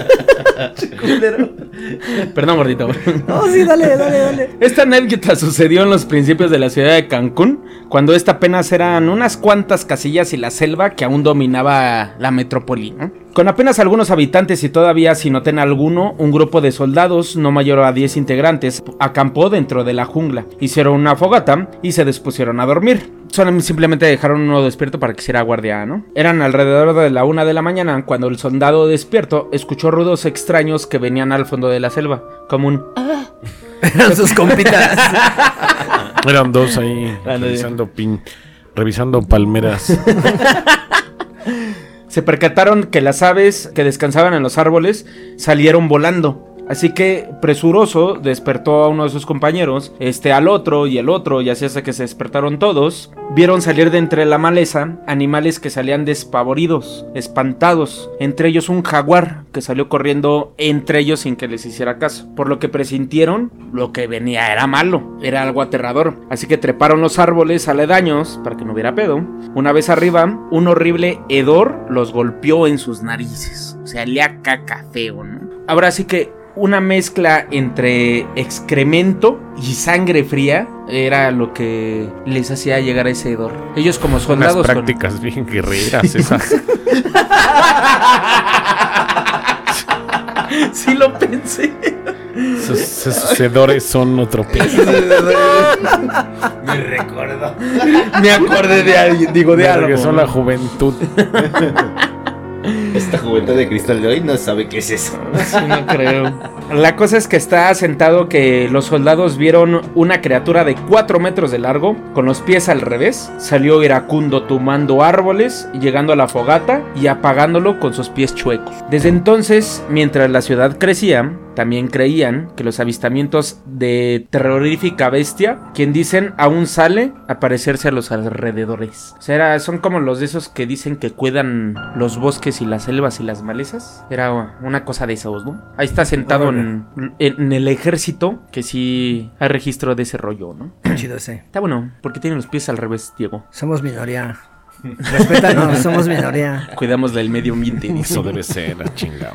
S5: Perdón, gordito.
S2: No, sí, dale, dale, dale.
S5: Esta anécdota sucedió en los principios de la ciudad de Cancún, cuando esta apenas eran unas cuantas casillas y la selva que aún dominaba la metrópoli. ¿no? Con apenas algunos habitantes y todavía sin hotel alguno, un grupo de soldados, no mayor a 10 integrantes, acampó dentro de la jungla. Hicieron una fogata y se dispusieron a dormir. Solo- Simplemente dejaron uno despierto para que hiciera guardia, ¿no? Eran alrededor de la una de la mañana cuando el soldado despierto escuchó ruidos extraños que venían al fondo de la selva, como un
S2: Eran sus compitas.
S6: Eran dos ahí
S5: Ah, no,
S6: revisando pin, revisando palmeras.
S5: Se percataron que las aves que descansaban en los árboles salieron volando. Así que, presuroso, despertó a uno de sus compañeros, este al otro y el otro, y así hasta que se despertaron todos. Vieron salir de entre la maleza animales que salían despavoridos, espantados, entre ellos un jaguar que salió corriendo entre ellos sin que les hiciera caso. Por lo que presintieron, lo que venía era malo, era algo aterrador. Así que treparon los árboles aledaños para que no hubiera pedo. Una vez arriba, un horrible hedor los golpeó en sus narices. O sea, le a caca feo, ¿no? Ahora sí que una mezcla entre excremento y sangre fría era lo que les hacía llegar a ese hedor. Ellos como
S6: Unas
S5: soldados con-
S6: prácticas bien guerreras esas.
S5: Sí lo pensé.
S6: Esos, esos hedores son otro pedo.
S7: Me recuerdo.
S5: Me acordé de alguien, digo de
S6: Me
S5: algo.
S6: regresó la juventud.
S7: Esta juventud de cristal de hoy no sabe qué es eso.
S5: no creo. La cosa es que está asentado que los soldados vieron una criatura de 4 metros de largo, con los pies al revés, salió iracundo tomando árboles, llegando a la fogata y apagándolo con sus pies chuecos. Desde entonces, mientras la ciudad crecía, también creían que los avistamientos de terrorífica bestia, quien dicen aún sale a parecerse a los alrededores. O sea, era- son como los de esos que dicen que cuidan los bosques y las selvas y las malezas. Era una cosa de esos, ¿no? Ahí está sentado en, en el ejército, que sí hay registro de ese rollo, ¿no?
S2: Chido ese.
S5: Está bueno, porque tiene los pies al revés, Diego.
S2: Somos minoría. Respétanos, somos minoría.
S5: Cuidamos del medio ambiente. dice.
S6: Eso debe ser, la chingada.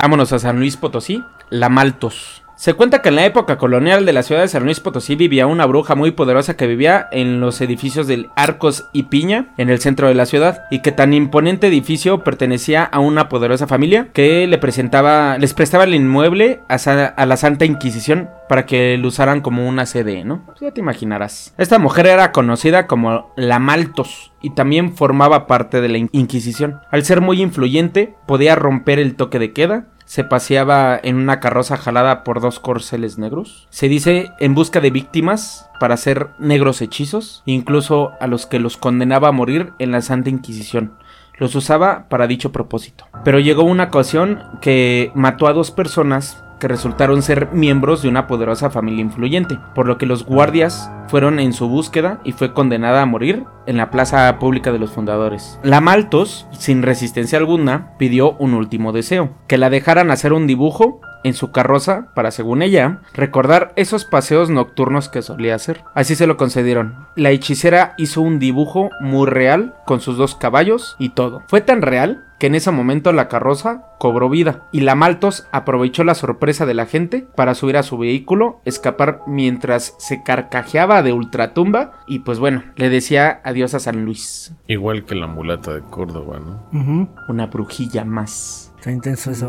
S5: Vámonos a San Luis Potosí, La Maltos. Se cuenta que en la época colonial de la ciudad de San Luis Potosí vivía una bruja muy poderosa que vivía en los edificios del Arcos y Piña, en el centro de la ciudad, y que tan imponente edificio pertenecía a una poderosa familia que le presentaba, les prestaba el inmueble a, sa- a la Santa Inquisición para que lo usaran como una sede, ¿no? Ya te imaginarás. Esta mujer era conocida como la Maltos y también formaba parte de la In- Inquisición. Al ser muy influyente, podía romper el toque de queda, se paseaba en una carroza jalada por dos corceles negros. Se dice en busca de víctimas para hacer negros hechizos, incluso a los que los condenaba a morir en la Santa Inquisición. Los usaba para dicho propósito. Pero llegó una ocasión que mató a dos personas que resultaron ser miembros de una poderosa familia influyente, por lo que los guardias fueron en su búsqueda y fue condenada a morir en la plaza pública de los fundadores. La Maltos, sin resistencia alguna, pidió un último deseo, que la dejaran hacer un dibujo en su carroza para, según ella, recordar esos paseos nocturnos que solía hacer. Así se lo concedieron. La hechicera hizo un dibujo muy real con sus dos caballos y todo. Fue tan real que en ese momento la carroza cobró vida y la Maltos aprovechó la sorpresa de la gente para subir a su vehículo, escapar mientras se carcajeaba de ultratumba y pues bueno, le decía adiós a San Luis.
S6: Igual que la mulata de Córdoba, ¿no?
S2: Ujú,
S5: Una brujilla más.
S2: Está intenso eso.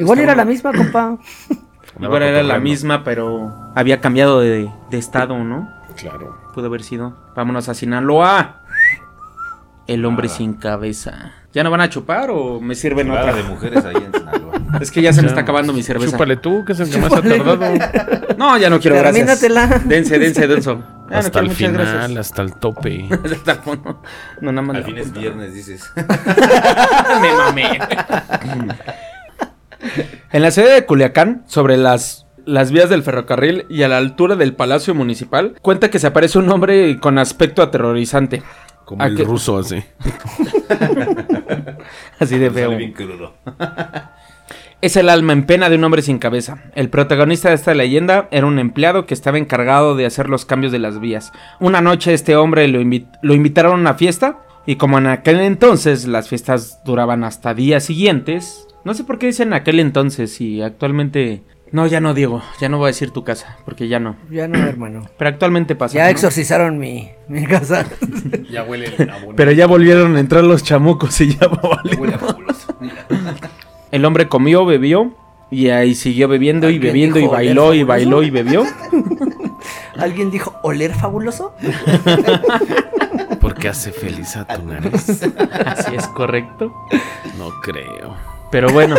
S2: Igual era la misma, compa.
S5: Igual
S6: Andaba
S5: era la
S6: cotorreando.
S5: misma, pero había cambiado de, de estado, ¿no?
S6: Claro.
S5: Pudo haber sido. Vámonos a Sinaloa. El hombre sin cabeza. ¿Ya no van a chupar o me sirven
S7: Nada
S5: otra?
S7: de mujeres ahí en Sinaloa.
S5: Es que ya se me está acabando mi cerveza.
S6: Chúpale tú, que es el que más ha tardado.
S5: No, ya no quiero, gracias.
S2: Termínatela.
S5: Dense, dense, denso. Ya Ah, no
S6: Hasta
S5: quiero,
S6: el
S5: muchas
S6: final,
S5: gracias.
S6: hasta el tope.
S5: Hasta el fondo. No, nada más.
S7: Al
S5: la
S7: fin es
S5: punta.
S7: viernes, dices.
S5: Me mamé. En la ciudad de Culiacán, sobre las, las vías del ferrocarril y a la altura del Palacio Municipal, cuenta que se aparece un hombre con aspecto aterrorizante.
S6: Como
S5: ¿A
S6: el
S5: qué?
S6: ruso así.
S5: Así de
S7: Sale
S5: feo.
S7: bien crudo.
S5: es el alma en pena de un hombre sin cabeza. El protagonista de esta leyenda era un empleado que estaba encargado de hacer los cambios de las vías. Una noche este hombre lo, invi- lo invitaron a una fiesta y como en aquel entonces las fiestas duraban hasta días siguientes, no sé por qué dicen aquel entonces y actualmente... No, ya no, Diego, ya no voy a decir tu casa, porque ya no.
S2: Ya no, hermano.
S5: Pero actualmente pasa.
S2: Ya
S5: ¿no?
S2: exorcizaron mi, mi casa.
S7: Ya huele el abono.
S6: Pero ya volvieron a entrar los chamucos y ya vale.
S7: Huele a fabuloso. Mira.
S5: El hombre comió, bebió y ahí siguió bebiendo y
S2: Alguien
S5: bebiendo y
S2: dijo,
S5: bailó y
S2: "Oler
S5: bailó y bebió.
S2: ¿Alguien dijo oler fabuloso?
S6: Porque hace feliz a tu nariz.
S5: Así es correcto.
S6: No creo.
S5: Pero bueno,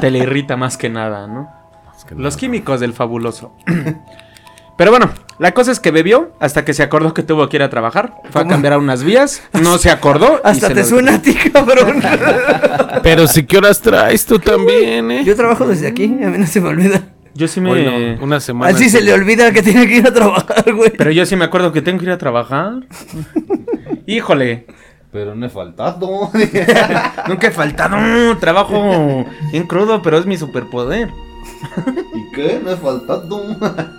S5: te le irrita más que nada, ¿no? Los químicos del fabuloso. Pero bueno, la cosa es que bebió hasta que se acordó que tuvo que ir a trabajar. Fue a cambiar a unas vías, no se acordó. y
S2: Hasta
S5: se
S2: te
S5: lo-
S2: suena a ti, cabrón.
S6: Pero si qué horas traes tú también, ¿eh?
S2: Yo trabajo desde aquí, a mí no se me olvida.
S5: Yo sí me.
S6: Hoy no, una semana.
S2: Así se
S6: sí.
S2: le olvida que tiene que ir a trabajar, güey.
S5: Pero yo sí me acuerdo que tengo que ir a trabajar. Híjole,
S7: Pero no he faltado.
S5: nunca he faltado. Mm, Trabajo bien crudo, pero es mi superpoder.
S7: ¿Y qué? No he faltado.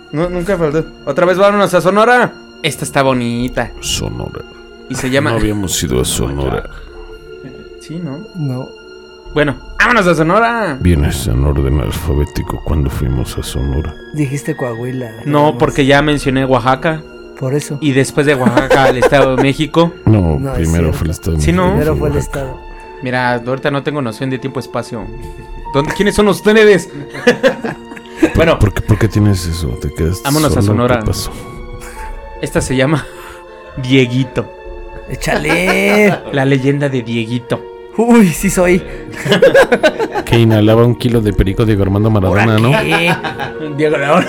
S5: No, nunca faltó. Otra vez vámonos a Sonora. Esta está bonita.
S6: Sonora.
S5: Y se llama.
S6: No habíamos ido a Sonora.
S5: Sí, ¿no?
S2: No.
S5: Bueno, vámonos a Sonora.
S6: Vienes en orden alfabético cuando fuimos a Sonora.
S2: Dijiste Coahuila.
S5: No, porque ya mencioné Oaxaca.
S2: Por eso.
S5: Y después de Oaxaca, el Estado de México.
S6: No,
S2: No, es
S6: primero
S2: cierto.
S6: fue el estado.
S5: Sí, ¿no?
S2: Primero fue el estado.
S5: Mira, ahorita no tengo noción de tiempo-espacio. ¿Dónde- ¿Quiénes son ustedes? bueno,
S6: ¿Por qué, por qué tienes eso? ¿Te quedaste
S5: Vámonos a
S6: solo? ¿Qué
S5: Sonora.
S6: pasó?
S5: esta se llama Dieguito.
S2: Échale.
S5: La leyenda de Dieguito.
S2: Uy, sí soy.
S6: Que inhalaba un kilo de perico Diego Armando Maradona, ¿no?
S2: Eh,
S5: Diego León.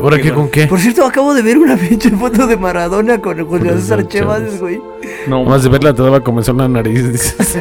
S6: ¿Ahora qué con qué?
S2: Por cierto, acabo de ver una pinche foto de Maradona con con Julio César Chávez, güey.
S5: No,
S6: Nomás de verla te daba comenzar la nariz. dices.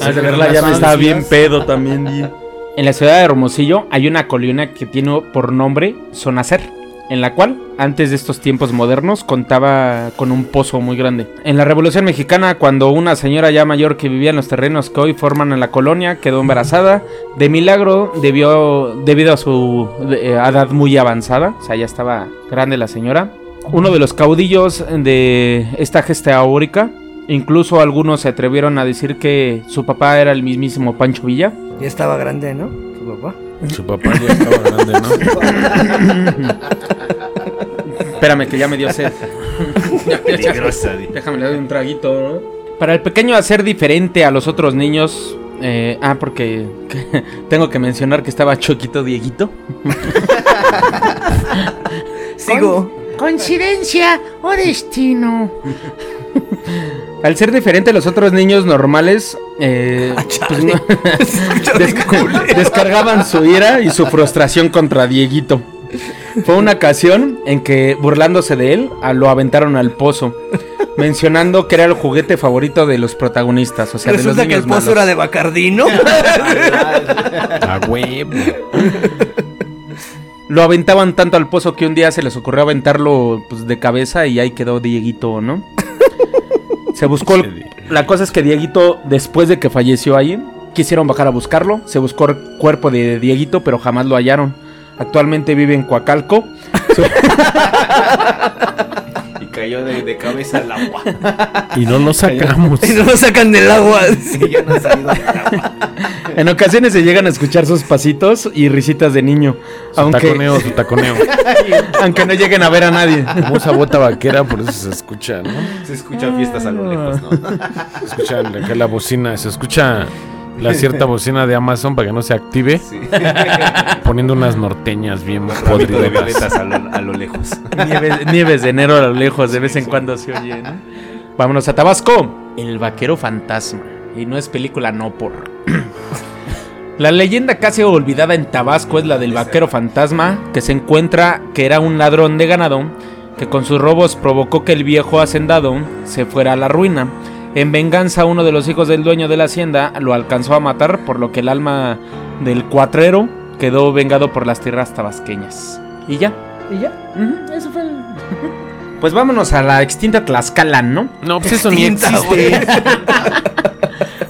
S5: Al verla ya me estaba bien pedo también, En la ciudad de Hermosillo hay una colina que tiene por nombre Sonacer, en la cual, antes de estos tiempos modernos, contaba con un pozo muy grande. En la Revolución Mexicana, cuando una señora ya mayor que vivía en los terrenos que hoy forman en la colonia quedó embarazada, de milagro debió, debido a su eh, edad muy avanzada, o sea, ya estaba grande la señora, uno de los caudillos de esta gesta áurica, incluso algunos se atrevieron a decir que su papá era el mismísimo Pancho Villa.
S2: Ya estaba grande, ¿no? Tu papá.
S6: Su papá ya estaba grande, ¿no?
S5: Espérame, que ya me dio sed.
S7: Peligrosa, di.
S5: Déjame le doy un traguito. ¿no? Para el pequeño hacer diferente a los otros niños. eh, ah, porque tengo que mencionar que estaba Choquito Dieguito.
S2: Sigo.
S8: Coincidencia o destino.
S5: Al ser diferente a los otros niños normales, eh,
S2: Ah,
S5: pues no- Desca- descargaban su ira y su frustración contra Dieguito. Fue una ocasión en que, burlándose de él, a- lo aventaron al pozo, mencionando que era el juguete favorito de los protagonistas, o sea, de
S2: Resulta
S5: los
S2: que el
S5: niños
S2: pozo
S5: malos.
S2: era de Bacardino.
S6: A huevo.
S5: Lo aventaban tanto al pozo que un día se les ocurrió aventarlo pues, de cabeza y ahí quedó Dieguito, ¿no? Se buscó... el- La cosa es que Dieguito, después de que falleció ahí, quisieron bajar a buscarlo. Se buscó el cuerpo de Dieguito, pero jamás lo hallaron. Actualmente vive en Coacalco.
S7: Y cayó de, de cabeza al agua.
S6: Y no lo sacamos.
S2: Y no lo sacan del agua.
S7: Y ya no ha salido del agua.
S5: En ocasiones se llegan a escuchar sus pasitos y risitas de niño.
S6: Su
S5: Aunque,
S6: taconeo, su taconeo.
S5: aunque no lleguen a ver a nadie.
S6: Como esa bota vaquera, por eso se escucha, ¿no?
S7: Se escuchan fiestas a lo lejos,
S6: Ah.
S7: ¿no?
S6: Se escucha la, que la bocina, se escucha la cierta bocina de Amazon para que no se active,
S7: Sí.
S6: poniendo unas norteñas bien
S7: Ramito de
S6: podridas.
S7: violetas a lo, a lo lejos.
S5: Nieves, nieves de enero a lo lejos, de vez en cuando se oye, ¿no? Vámonos a Tabasco. El vaquero fantasma. Y no es película, no por. La leyenda casi olvidada en Tabasco es la del vaquero fantasma, que se encuentra que era un ladrón de ganado, que con sus robos provocó que el viejo hacendado se fuera a la ruina. En venganza, uno de los hijos del dueño de la hacienda lo alcanzó a matar, por lo que el alma del cuatrero quedó vengado por las tierras tabasqueñas. Y ya,
S2: ¿Y ya?
S5: Ujú, Eso fue el- Pues vámonos a la extinta Tlaxcala, ¿no?
S6: No, pues eso ni
S2: Tinta,
S6: existe.
S2: güey.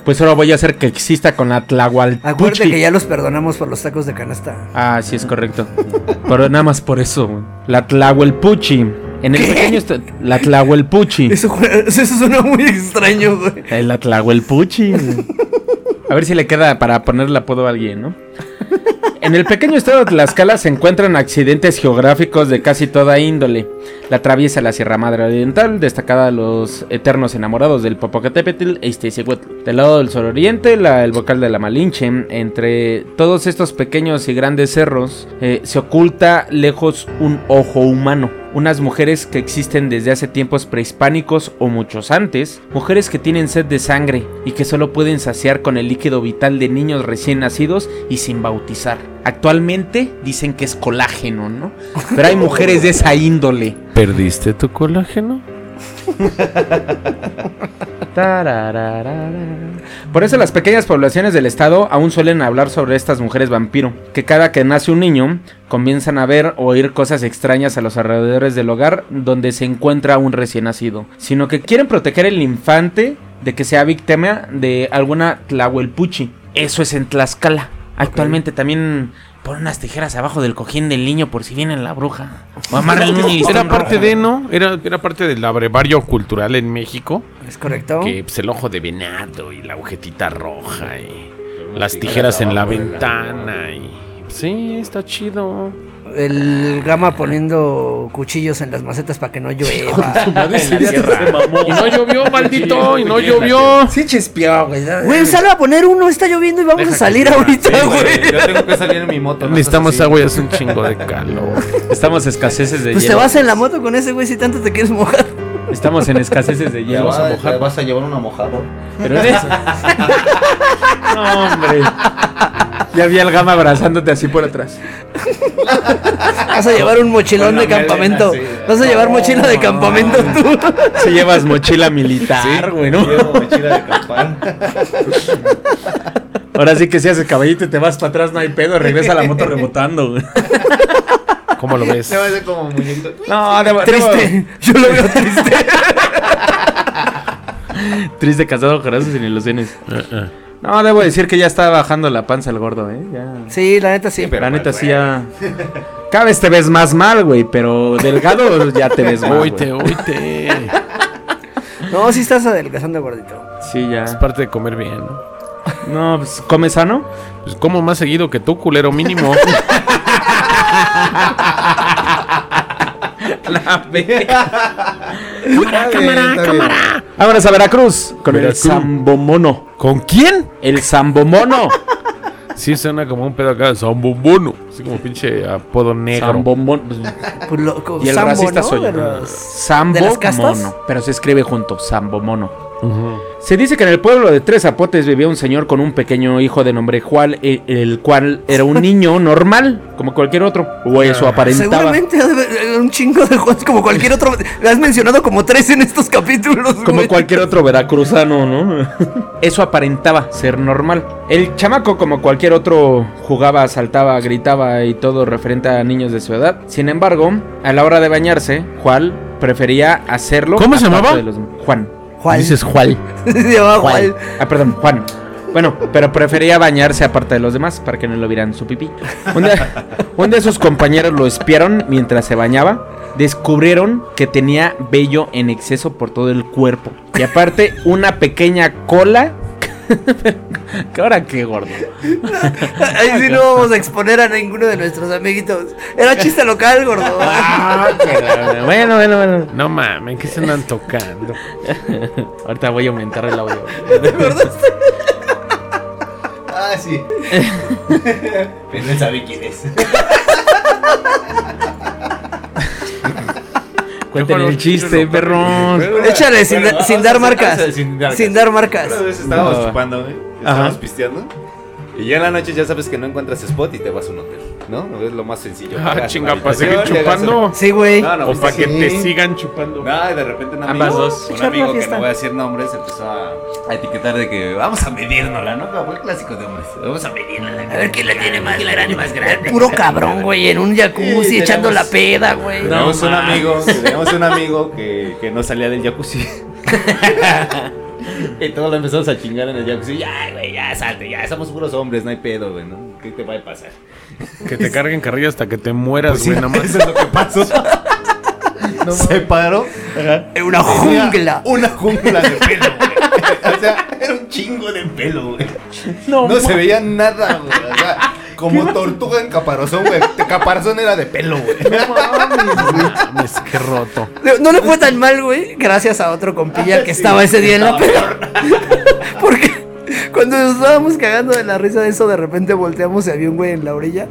S5: Pues ahora voy a hacer que exista con la
S2: Acuérdate que
S5: Tlahualpuchi.
S2: ya los perdonamos por los tacos de canasta.
S5: Ah, sí, es correcto. Pero nada más por eso, güey. La Tlahuelpuchi. En el pequeño está. La Tlahuelpuchi.
S2: Eso, jue- eso suena muy extraño, güey.
S5: El Atlahuelpuchi. A ver si le queda para ponerle apodo a alguien, ¿no? En el pequeño estado de Tlaxcala se encuentran accidentes geográficos de casi toda índole. La atraviesa la Sierra Madre Oriental, destacada los eternos enamorados del Popocatépetl e Iztaccíhuatl. Del lado del suroriente, la- el vocal de la Malinche. Entre todos estos pequeños y grandes cerros, eh, se oculta lejos un ojo humano. Unas mujeres que existen desde hace tiempos prehispánicos o muchos antes, mujeres que tienen sed de sangre y que solo pueden saciar con el líquido vital de niños recién nacidos y sin bautizar. Actualmente dicen que es colágeno, ¿no? Pero hay mujeres de esa índole.
S6: ¿Perdiste tu colágeno?
S5: Tarararara. Por eso las pequeñas poblaciones del estado aún suelen hablar sobre estas mujeres vampiro, que cada que nace un niño comienzan a ver o oír cosas extrañas a los alrededores del hogar donde se encuentra un recién nacido, sino que quieren proteger el infante de que sea víctima de alguna tlahuelpuchi. Eso es en Tlaxcala. Actualmente también ponen unas tijeras abajo del cojín del niño por si viene la bruja. O amarran un listón
S6: Era parte
S5: rojo.
S6: de, Este ¿no? Era, era parte del abrevario cultural en México.
S2: ¿Es correcto?
S6: Que pues, el ojo de venado y la agujetita roja y las tijeras en la ventana y... pues, Sí, está chido.
S2: El gama poniendo cuchillos en las macetas para que no llueva.
S6: Y no llovió, maldito, y no llovió.
S5: Sí chispeó, güey.
S2: Güey, sale a poner uno, está lloviendo y vamos a salir ahorita, güey.
S7: Yo tengo que salir en mi moto. no
S6: Necesitamos
S7: seas así.
S6: agua y hace un chingo de calor.
S5: Estamos escaseces de
S2: Pues te
S5: hielo.
S2: vas en la moto con ese güey si tanto te quieres mojar.
S5: Estamos en escaseces de
S7: Te
S5: hielo.
S7: vas a mojar. Vas a llevar una mojada.
S5: Pero en eso- No, hombre. Ya vi al gama abrazándote así por atrás.
S2: Vas a llevar un mochilón
S7: Con la
S2: de campamento.
S7: melena, sí.
S2: Vas a llevar
S7: No,
S2: mochila de
S7: no,
S2: campamento tú.
S5: Si llevas mochila militar, güey, ¿no?
S7: Llevo mochila de campana.
S5: Ahora sí que si haces caballito y te vas para atrás, no hay pedo. Regresa la moto rebotando, güey.
S6: ¿Cómo lo ves?
S7: Se va a hacer como muñequito.
S5: No, debo- debo-
S2: Triste. Yo lo veo triste.
S5: Triste casado, corazón sin ilusiones. No, debo decir que ya está bajando la panza el gordo, ¿eh? Ya.
S2: Sí, la neta sí.
S5: la neta, sí ya. Cada vez te ves más mal, güey, pero delgado ya te ves mal.
S6: Oíte,
S5: güey.
S6: oíte.
S2: No, sí estás adelgazando, gordito.
S5: Sí,
S6: Es
S5: ya.
S6: parte de comer bien. ¿no?
S5: No, pues, ¿come sano?
S6: Pues como más seguido que tú, culero mínimo.
S2: Ah,
S5: Ah, cámara, cámara. Vámonos a Veracruz con
S6: Veracruz.
S5: el Zambomono.
S6: ¿Con quién?
S5: El Zambomono.
S6: Sí, suena como un pedo acá de Zambombono. Así como pinche apodo negro.
S5: Zambomono.
S2: Pues loco.
S5: Y el
S2: Sambo,
S5: racista
S2: ¿no?
S5: soy yo.
S2: De los-
S5: Sambo
S2: ¿De las castas?
S5: Mono, pero se escribe junto, Sambo Mono. Se dice que en el pueblo de Tres Zapotes vivía un señor con un pequeño hijo de nombre Juan, e- el cual era un niño normal, como cualquier otro, o eso aparentaba.
S2: Ah. Seguramente ha de haber un chingo de Juan como cualquier otro. Lo has mencionado como tres en estos capítulos.
S5: Como
S2: güey.
S5: cualquier otro veracruzano, ¿no? Eso aparentaba ser normal. El chamaco, como cualquier otro, jugaba, saltaba, gritaba y todo referente a niños de su edad. Sin embargo, a la hora de bañarse, Juan prefería hacerlo.
S6: ¿Cómo se
S5: aparte
S6: llamaba?
S5: de los- Juan.
S2: Juan.
S6: Juan.
S2: Se llama Juan.
S5: Ah, perdón, Juan. Bueno, pero prefería bañarse aparte de los demás para que no lo vieran su pipí. Un día- un de sus compañeros lo espiaron mientras se bañaba. Descubrieron que tenía vello en exceso por todo el cuerpo. Y aparte, una pequeña cola. ¿Qué ahora qué gordo?
S2: Ah, Ahí sí no vamos a exponer a ninguno de nuestros amiguitos. Era chiste local, gordo.
S7: Ah,
S5: Bueno, bueno, bueno.
S6: No mames, ¿qué se andan tocando?
S5: Ahorita voy a aumentar el audio.
S7: Ah, sí. Pero él sabe quién es.
S5: Cuenten el chiste, perrón.
S2: Échale sin,
S7: Bueno,
S2: da- sin
S7: vamos
S2: dar
S7: a-
S2: marcas.
S7: vamos a- sin dar
S2: Sin dar marcas.
S7: Una vez estábamos
S5: Ah.
S7: chupando, ¿eh? Estábamos pisteando. Y ya en la noche ya sabes que no encuentras spot y te vas a un hotel, ¿no? Es lo más sencillo. Llegas a
S6: Ah,
S7: la
S6: chinga, para
S7: habitación,
S6: seguir
S7: llegas a-
S6: chupando.
S2: Sí, güey.
S7: No, no,
S6: O para que
S7: sí.
S6: te sigan chupando.
S7: No, y de repente un amigo,
S5: Ambas dos.
S2: Echar
S7: un
S2: una
S7: amigo que
S2: fiesta.
S7: no voy a decir nombres empezó a, a etiquetar de que vamos a medirnosla, ¿no? Como el clásico de hombres. Vamos a medirnosla. A ver quién la tiene más grande, más grande.
S2: Puro cabrón, güey. En un jacuzzi
S7: Sí,
S2: echando la
S7: tenemos-
S2: peda, güey.
S7: Tenemos un amigo, tenemos un amigo que, que no salía del jacuzzi. Y todos lo empezamos a chingar en el jacuzzi. Ya, güey, ya, salte, ya. Somos puros hombres, no hay pedo, güey, ¿no? ¿Qué te va a pasar?
S6: Que te carguen carrilla hasta que te mueras, güey, nada más.
S7: Eso es lo que pasó. Se paró.
S2: En una
S7: Tenía
S2: jungla.
S7: Una jungla de pelo, güey. O sea, era un chingo de pelo, güey. No, se veía nada, güey. O sea, como tortuga en caparazón, güey. Caparazón era de pelo, güey.
S6: Mames, qué roto.
S2: No- No le fue tan mal, güey, gracias a otro compilla que
S7: Sí,
S2: estaba ese día en la
S7: estaba
S2: peda. Porque cuando nos estábamos cagando de la risa de eso, de repente volteamos y había un güey en la orilla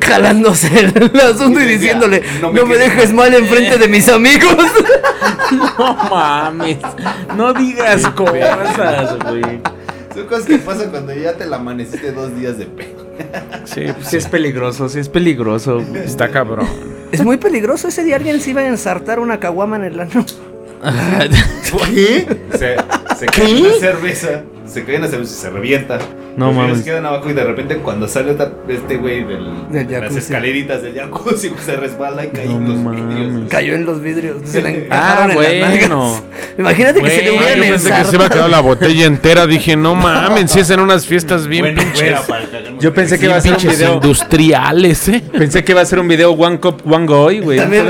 S2: jalándose el asunto y
S7: decía,
S2: diciéndole,
S7: "No
S2: no
S7: me
S2: me,
S7: quedes
S2: dejes mal enfrente de mis amigos.
S1: No mames. No digas cosas, güey.
S7: Son cosas que pasan cuando ya te la amaneciste dos días de pelo.
S6: Sí, pues
S5: Sí es peligroso, sí es peligroso. güey.
S6: está cabrón.
S2: es muy peligroso, ese día alguien se iba a ensartar una caguama en el ano.
S7: ¿Qué? Se, se cae una cerveza. Se cae una cerveza y se revienta.
S5: No
S7: Los niños
S5: mames.
S7: quedan abajo y de repente cuando sale otra- este güey del,
S2: Del
S7: de las
S2: jacuzzi.
S7: escaleritas del jacuzzi pues, se resbala y cae en
S5: No
S7: los
S5: mames.
S7: vidrios.
S2: Cayó en los vidrios, se le
S5: Ah,
S2: encajaron en las
S5: bueno.
S2: nalgas. Imagínate que se le
S1: Güey,
S6: Ah,
S2: hubieran
S6: yo pensé que se iba a
S2: ensartado.
S6: quedar la botella entera. Dije, no mames, si es en unas fiestas bien
S7: Bueno,
S6: pinches.
S7: fuera para cagar,
S5: Yo pensé que iba a ser un
S6: pinches
S5: video.
S6: industriales, ¿eh?
S5: Pensé que iba a ser un video One Cup, One Goy, güey.
S2: También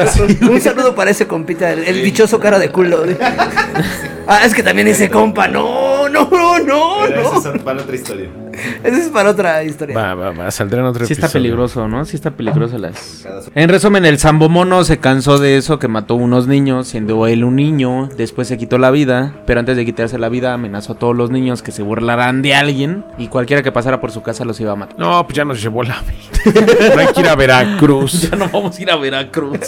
S2: un saludo para ese compita, el, el dichoso cara de culo. güey. Ah, es que también ese compa, no, no, no, no,
S7: Pero
S2: no.
S7: eso es para otra historia.
S2: Eso es para otra historia.
S6: Va, va, va, saldrá en otro
S5: Sí está
S6: episodio.
S5: peligroso, ¿no? Sí está peligroso las... En resumen, el Sambomono se cansó de eso, que mató unos niños, siendo él un niño, después se quitó la vida, pero antes de quitarse la vida amenazó a todos los niños que se burlarán de alguien y cualquiera que pasara por su casa los iba a matar.
S6: No, pues ya nos llevó la vida. No hay que ir a Veracruz.
S1: Ya no vamos a ir a Veracruz.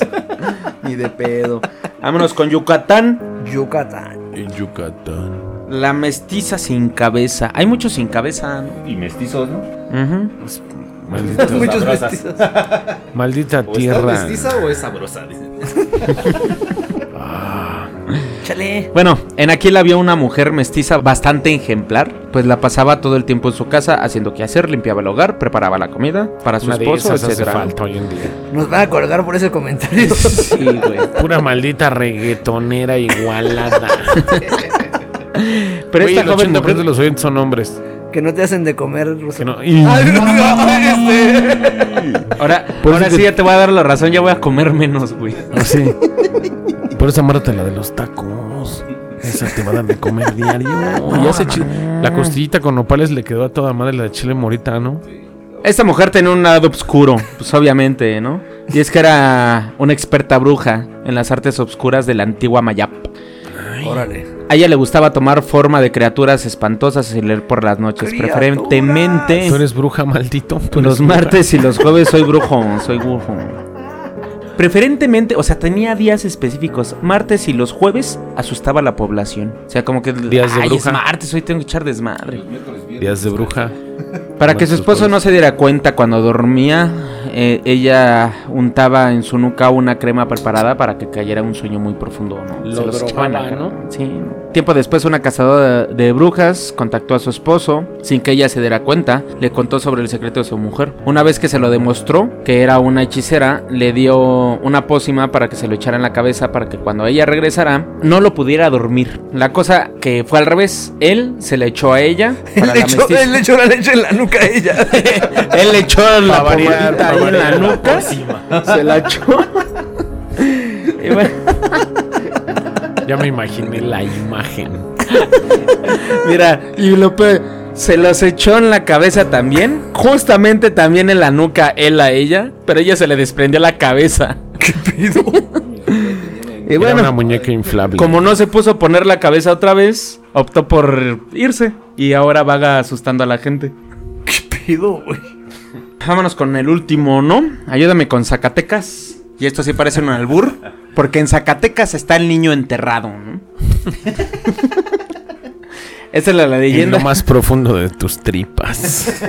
S5: Ni de pedo. Vámonos con Yucatán,
S2: Yucatán.
S6: En Yucatán.
S5: la mestiza sin cabeza. Hay muchos sin cabeza, ¿no?
S7: Y mestizos, ¿no?
S5: Ujú.
S6: Maldita,
S2: Muchos
S7: sabrosas.
S2: mestizos.
S6: maldita
S7: ¿O está
S6: tierra.
S7: mestiza o es sabrosa? Dicen.
S2: Chale.
S5: Bueno, en Aquila había una mujer mestiza bastante ejemplar, pues la pasaba todo el tiempo en su casa haciendo quehacer, limpiaba el hogar, preparaba la comida para su
S6: Una de
S5: esposo,
S6: esas hace
S5: etcétera.
S6: falta hoy en día.
S2: Nos van a colgar por ese comentario.
S5: Sí, güey.
S6: Pura maldita reggaetonera igualada.
S5: Pero
S6: Güey,
S5: esta
S6: el
S5: joven
S6: 80%
S5: mujer
S6: de los oyentes son hombres.
S2: que no te hacen de comer, Ruso.
S6: Que no- y-
S2: Ay, no, no, este.
S5: Ahora, ahora sí ya te voy a dar la razón, ya voy a comer menos, güey.
S6: Sí. Por eso amárrate la de los tacos. Esa te va a dar de comer diario. Y hace chi- La costillita con nopales le quedó a toda madre la de chile morita, ¿no?
S5: Esta mujer tenía un lado oscuro, pues obviamente, ¿no? Y es que era una experta bruja en las artes obscuras de la antigua Mayap.
S2: Órale.
S5: A ella le gustaba tomar forma de criaturas espantosas y leer por las noches,
S2: Criaturas.
S5: preferentemente
S6: Tú eres bruja, maldito. Tú eres
S5: Pues los
S6: bruja.
S5: martes y los jueves soy brujo, soy brujo. Preferentemente, o sea, tenía días específicos. Martes y los jueves asustaba a la población. O sea, como que
S6: Días de
S5: "Ay,
S6: bruja".
S5: es martes, hoy tengo que echar desmadre.
S6: Días de bruja.
S5: Para que su
S6: Martes,
S5: esposo
S6: jueves.
S5: no se diera cuenta cuando dormía, eh, ella untaba en su nuca una crema preparada para que cayera un sueño muy profundo. ¿no?
S6: Lo
S5: los
S6: drogaba,
S5: echaban a la
S6: ¿no?
S5: cara. Sí. Tiempo después, una cazadora de brujas contactó a su esposo sin que ella se diera cuenta. Le contó sobre el secreto de su mujer. Una vez que se lo demostró que era una hechicera, le dio una pócima para que se lo echara en la cabeza para que cuando ella regresara no lo pudiera dormir. La cosa que fue al revés, él se la echó a ella.
S2: Él
S5: para
S2: le,
S5: la
S2: echó,
S5: mestiza.
S2: él le echó la leche en la nuca a ella.
S5: Él le echó la
S6: Pa' variar,
S5: pomadita
S6: pa'
S5: ahí en la
S6: variar.
S5: nuca. Se la echó. Y bueno,
S6: Ya me imaginé la imagen.
S5: mira, y lo pe- se los echó en la cabeza también. Justamente también en la nuca él a ella. Pero ella se le desprendió la cabeza. ¿Qué pido? Y
S6: Era una
S5: bueno,
S6: muñeca inflable.
S5: como no se puso a poner la cabeza otra vez, optó por irse. Y ahora vaga asustando a la gente.
S2: ¿Qué pido, güey?
S5: Vámonos con el último, ¿no? Ayúdame con Zacatecas. Y esto sí parece un albur. Porque en Zacatecas está el niño enterrado, ¿no? Esa es la, la
S6: en lo
S5: leyenda.
S6: más profundo de tus tripas.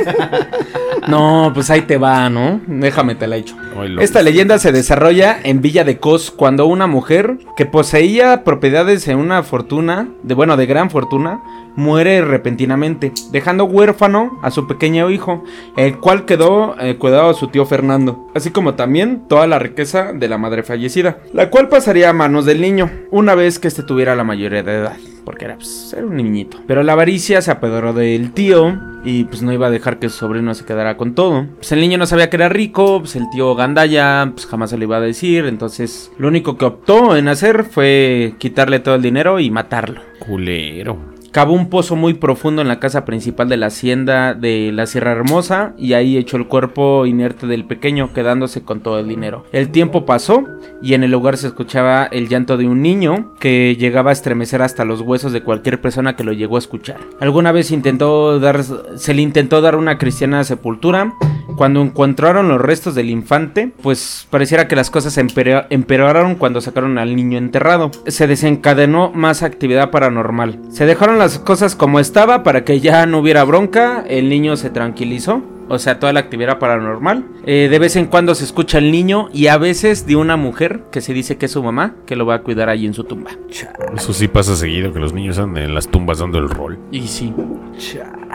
S5: No, pues ahí te va, ¿no? Déjame te la echo.
S6: Oilo.
S5: Esta leyenda se desarrolla en Villa de Cos cuando una mujer que poseía propiedades en una fortuna, de bueno, de gran fortuna, muere repentinamente, dejando huérfano a su pequeño hijo, el cual quedó eh, cuidado a su tío Fernando, así como también toda la riqueza de la madre fallecida, la cual pasaría a manos del niño una vez que este tuviera la mayoría de edad. Porque era, pues, era un niñito. Pero la avaricia se apoderó del tío y pues no iba a dejar que su sobrino se quedara con todo. Pues el niño no sabía que era rico, pues el tío Gandaya pues jamás se lo iba a decir. Entonces lo único que optó en hacer fue quitarle todo el dinero y matarlo.
S6: Culero.
S5: Cavó un pozo muy profundo en la casa principal de la hacienda de la Sierra Hermosa y ahí echó el cuerpo inerte del pequeño quedándose con todo el dinero. El tiempo pasó y en el lugar se escuchaba el llanto de un niño que llegaba a estremecer hasta los huesos de cualquier persona que lo llegó a escuchar. Alguna vez intentó dar, se le intentó dar una cristiana sepultura. Cuando encontraron los restos del infante, pues pareciera que las cosas se empero- empeoraron cuando sacaron al niño enterrado. Se desencadenó más actividad paranormal. Se dejaron las cosas como estaba para que ya no hubiera bronca. El niño se tranquilizó. O sea, toda la actividad paranormal. Eh, de vez en cuando se escucha el niño y a veces de una mujer que se dice que es su mamá, que lo va a cuidar allí en su tumba.
S6: Eso sí pasa seguido, que los niños andan en las tumbas dando el rol.
S5: Y sí.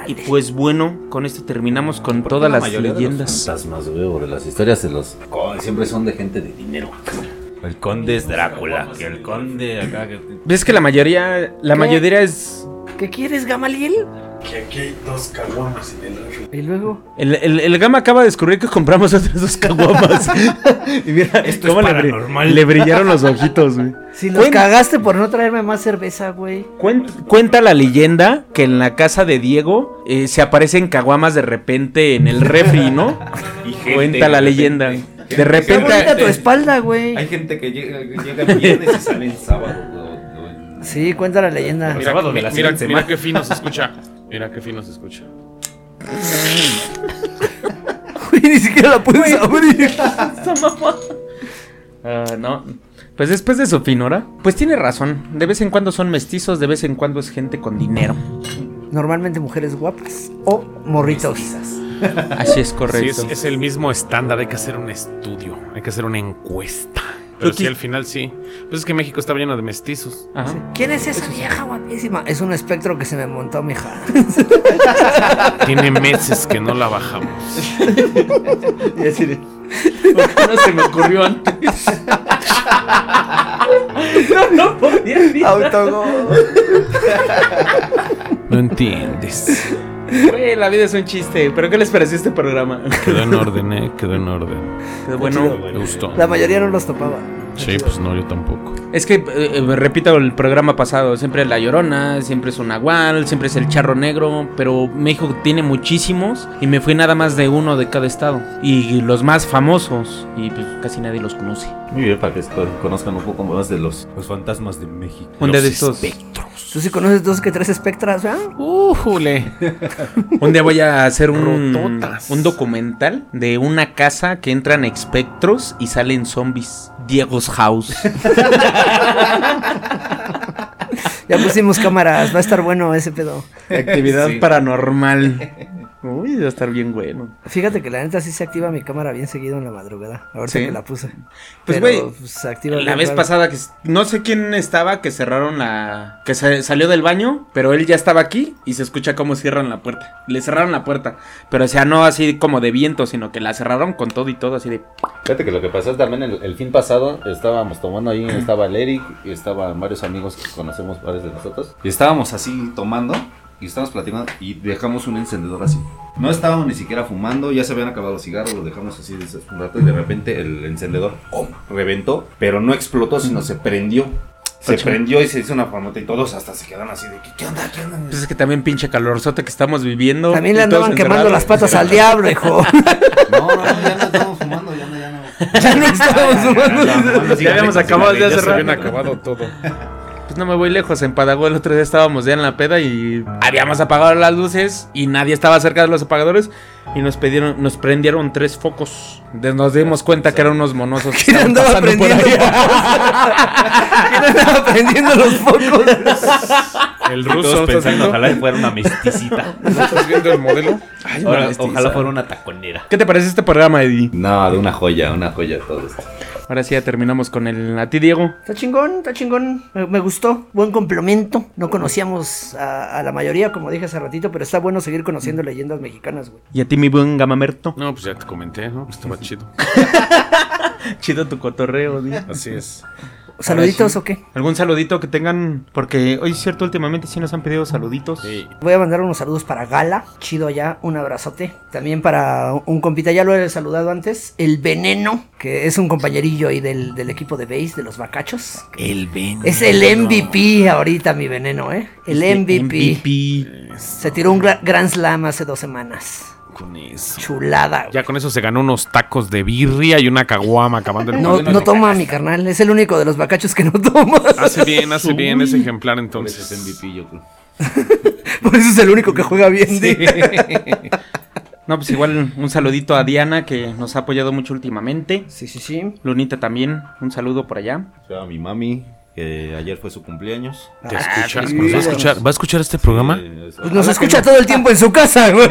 S5: Y pues bueno, con esto terminamos con todas
S9: La
S5: las
S9: mayoría de los
S5: leyendas.
S9: fantasmas, güey, o de las historias de los. co- Siempre son de gente de dinero. El conde es Drácula. Que el conde acá. Que...
S5: ¿Ves que la mayoría, la mayoría es
S2: ¿Qué quieres, Gamaliel? Que aquí hay dos caguamas en el Y luego.
S5: El, el- el Gama acaba de descubrir que compramos otras dos caguamas. y mira
S9: Esto
S5: cómo
S9: es
S5: le, bri-
S9: paranormal.
S5: le brillaron los ojitos, güey.
S2: Si los
S5: Cuen-
S2: cagaste por no traerme más cerveza, güey.
S5: Cuen- cuenta la leyenda que en la casa de Diego eh, se aparecen caguamas de repente en el refri, ¿no?
S9: Y gente,
S5: cuenta la
S9: de
S5: leyenda.
S9: repente.
S5: De
S2: Está
S5: repente-
S2: bonita tu espalda, güey.
S9: Hay gente que llega, llega el viernes y sale el sábado. o- o el-
S2: Sí, cuenta la leyenda.
S9: Mira, sábado de la
S6: mira,
S9: siguiente
S6: mira
S9: semana.
S6: qué fino se escucha. Mira qué fino se escucha.
S2: Güey, ni siquiera la puedes abrir.
S5: Ah, no. Pues después de su finora, pues tiene razón. De vez en cuando son mestizos, de vez en cuando es gente con dinero.
S2: Normalmente mujeres guapas o morritos.
S5: Así es
S6: Sí,
S5: correcto.
S6: es, es el mismo estándar, hay que hacer un estudio, hay que hacer una encuesta. Pero sí, al final sí. Pues es que México está lleno de mestizos.
S5: Ajá.
S2: ¿Quién es esa vieja guapísima? Es un espectro que se me montó, mija.
S6: Tiene meses que no la bajamos.
S5: ¿Por qué no se me ocurrió antes? no, no podía
S6: No entiendes.
S5: Güey, la vida es un chiste. ¿Pero qué les pareció este programa?
S6: Quedó en orden, eh. Quedó en orden.
S5: bueno,
S6: Me gustó.
S2: La mayoría no los topaba.
S6: Sí, pues no, yo tampoco.
S5: es que eh, eh, repito el programa pasado. Siempre es la llorona, siempre es un nahual, siempre es el charro negro. Pero México tiene muchísimos. Y me fui nada más de uno de cada estado. Y los más famosos. Y pues casi nadie los conoce.
S9: Muy bien, para que co- conozcan un poco más de los, los fantasmas de México.
S5: Un día de estos.
S2: ¿Tú sí conoces dos que tres espectras, ¿verdad?
S6: ¡Ujule!
S5: Un día voy a hacer un,
S6: Rototas.
S5: un documental de una casa que entran espectros y salen zombies. Diego's House.
S2: Ya pusimos cámaras, va a estar bueno ese pedo.
S5: Actividad paranormal. Uy, va a estar bien bueno.
S2: Fíjate que la neta sí se activa mi cámara bien seguido en la madrugada. Ahorita
S5: Sí.
S2: que la puse. Pero,
S5: Pues, güey,
S2: pues, se activa
S5: La
S2: bien
S5: vez
S2: raro.
S5: pasada que s- no sé quién estaba que cerraron la que se- salió del baño, pero él ya estaba aquí y se escucha cómo cierran la puerta. Le cerraron la puerta, pero o sea, no así como de viento, sino que la cerraron con todo y todo así de
S9: Fíjate que lo que pasó es también el, el fin pasado estábamos tomando ahí, estaba el Eric y estaban varios amigos que conocemos, varios de nosotros. Y estábamos así tomando y estábamos platicando y dejamos un encendedor así. No estábamos ni siquiera fumando, ya se habían acabado los cigarros, los dejamos así desde hace un rato y de repente el encendedor ¡pum!, reventó, pero no explotó, sino se prendió. Se prendió y se hizo una formota y todos hasta se quedaron así de que, ¿qué onda? ¿Qué onda?
S5: pues es que también pinche calorzote que estamos viviendo.
S2: Ah. También le
S5: y todos
S2: andaban quemando
S5: encerrados.
S2: las patas al diablo, hijo.
S9: No, no, no, ya no estamos fumando, ya no, ya no.
S2: ya no estábamos sumando.
S9: Ya
S5: habíamos acabado de hacer
S6: Se habían
S5: rato.
S6: acabado todo.
S5: Pues no me voy lejos, en Padagó el otro día estábamos ya en la peda y habíamos apagado las luces y nadie estaba cerca de los apagadores y nos pidieron, nos prendieron tres focos. De- Nos dimos cuenta que eran unos monosos que
S2: ¿Quién
S5: estaban
S2: andaba
S5: pasando por
S2: prendiendo
S5: ahí.
S2: focos? ¿Quién andaba prendiendo los focos?
S6: El
S9: Todos
S6: ruso ¿estás
S9: pensando,
S6: viendo?
S9: ojalá fuera una mesticita.
S6: ¿Estás viendo el modelo?
S5: Ay,
S9: Ahora,
S5: mestiza.
S9: ojalá fuera una taconera.
S5: ¿Qué te parece este programa, Eddie?
S9: No, de una joya, una joya todo esto.
S5: Ahora sí ya terminamos con el a ti, Diego.
S2: Está chingón, está chingón. Me, me gustó. Buen complemento. No conocíamos a, a la mayoría, como dije hace ratito, pero está bueno seguir conociendo leyendas mexicanas, güey.
S5: Y a ti, mi buen gamamerto.
S6: No, pues ya te comenté, ¿no? Estaba chido.
S5: Chido tu cotorreo, di.
S6: Así es.
S2: ¿Saluditos
S5: sí.
S2: o qué?
S5: ¿Algún saludito que tengan? Porque hoy es cierto, últimamente sí nos han pedido saluditos.
S2: Voy a mandar unos saludos para Gala, chido allá, un abrazote. También para un compita, ya lo he saludado antes, el Veneno, que es un compañerillo ahí del, del equipo de base, de los Bacachos.
S6: El veneno.
S2: Es el MVP ahorita, mi Veneno, ¿eh? El
S5: Este,
S2: MVP.
S5: MVP.
S2: Se tiró un gra- Grand Slam hace dos semanas.
S6: Con eso.
S2: Chulada.
S6: Ya con eso se ganó unos tacos de birria y una caguama acabando el
S2: No,
S6: partido.
S2: no toma, mi carnal. Es el único de los Bacachos que no toma.
S6: Hace Ah, bien, hace bien ese ejemplar entonces.
S9: Ese es MVP, yo creo.
S2: Por eso es el único que juega bien. Pues di.
S5: No, pues igual un saludito a Diana que nos ha apoyado mucho últimamente.
S2: Sí, sí, sí.
S5: Lunita también, un saludo por allá.
S9: O sea, mi mami, que ayer fue su cumpleaños.
S6: Te
S2: Ah,
S6: escuchas,
S2: sí,
S6: ¿Va a escuchar, ¿va a escuchar este programa?
S9: Eh, eso-
S2: Pues nos escucha todo el tiempo en su casa, güey.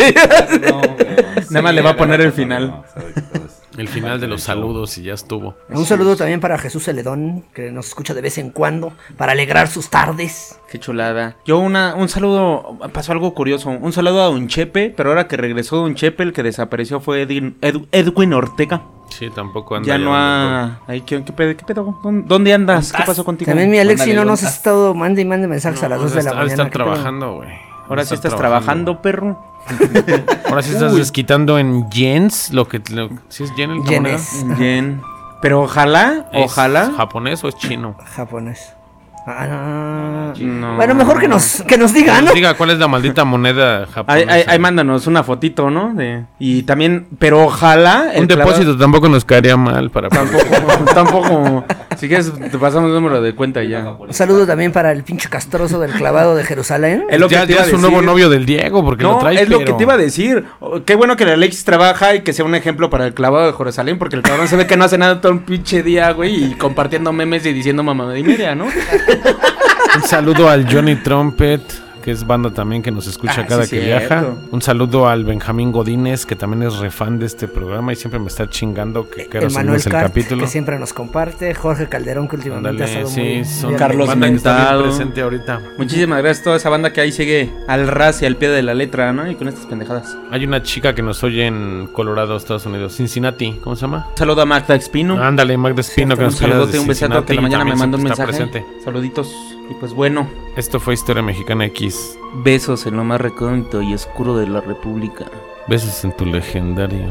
S9: No, no, eh, sí,
S5: más le va a poner el
S9: no,
S5: final.
S9: no, sabe que todo es-
S6: El final de los saludos y ya estuvo.
S2: Un saludo también para Jesús Celedón, que nos escucha de vez en cuando, para alegrar sus tardes.
S5: Qué chulada. Yo una, un saludo, pasó algo curioso. Un saludo a Don Chepe, pero ahora que regresó Don Chepe, el que desapareció fue Edwin, Ed- Edwin Ortega.
S6: Sí, tampoco anda.
S5: ya no ha... Ay, ¿qué, qué pedo? qué pedo? ¿Dónde- ¿Dónde andas? ¿Qué pasó contigo? Ah.
S2: También mi Alexi
S9: Mándale
S2: no nos ha
S9: lontas.
S2: estado mande y mande mensajes a las 2 de la mañana.
S6: Están
S2: ¿qué pedo?
S6: trabajando, güey.
S5: Ahora sí estás trabajando, perro.
S6: güey. Ahora sí estás desquitando en yens lo que... lo- ¿Sí es yen el
S2: Yenes.
S6: moneda?
S5: Bien. Pero ojalá,
S6: ¿Es
S5: ojalá.
S6: japonés o es chino?
S2: Japonés. Ah, no.
S5: No.
S2: Bueno, mejor que nos, que nos
S6: Que
S2: digan,
S6: nos
S2: ¿no?
S6: diga cuál es la maldita moneda
S5: Ahí,
S6: japonesa.
S5: ahí- ahí mándanos una fotito, ¿no? De, y también, pero ojalá.
S6: Un
S5: el clavo-
S6: depósito tampoco nos caería mal para...
S5: Tampoco, tampoco. Si quieres, te pasamos el número de cuenta y ya.
S2: Un saludo también para el pinche castroso del clavado de Jerusalén.
S5: Es lo que
S6: ya
S5: te
S6: ya
S5: iba
S6: es
S5: a
S6: un nuevo
S5: decir.
S6: novio del Diego porque
S5: no,
S6: lo trae,
S5: es lo que
S6: pero-
S5: te iba a decir. O- Qué bueno que el Alexis trabaja y que sea un ejemplo para el clavado de Jerusalén, porque el cabrón se ve que no hace nada todo un pinche día, güey, y compartiendo memes y diciendo mamá y media, ¿no?
S6: Un saludo al Johnny Trumpet, que es banda también que nos escucha
S5: Ah,
S6: cada
S5: sí,
S6: que
S5: cierto.
S6: viaja. Un saludo al Benjamín Godínez, que también es refan de este programa y siempre me está chingando que quiero
S2: Emanuel
S6: subirles el
S2: Cart,
S6: capítulo.
S2: que siempre nos comparte. Jorge Calderón, que últimamente ha
S6: Ándale,
S2: estado
S6: sí,
S2: muy...
S6: son
S2: muy
S5: Carlos
S6: banda que está bien
S5: Mentado.
S6: presente ahorita.
S5: Muchísimas gracias a toda esa banda que ahí sigue al ras y al pie de la letra, ¿no? Y con estas pendejadas.
S6: Hay una chica que nos oye en Colorado, Estados Unidos, Cincinnati, ¿cómo se llama?
S5: Un saludo a Magda Espino.
S6: Ándale, Magda Espino, que
S5: un
S6: nos cuida
S5: saludote,
S6: desde
S5: un besato, que
S6: Cincinnati
S5: en la mañana me
S6: también
S5: mandó un
S6: siempre
S5: mensaje.
S6: está
S5: Saluditos. Y pues bueno,
S6: presente. Esto fue Historia Mexicana X.
S5: besos en lo más recóndito y oscuro de la República.
S6: Besos en tu legendario.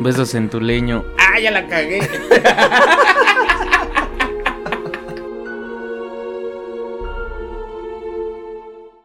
S5: Besos en tu leño.
S8: Ah, ya la cagué.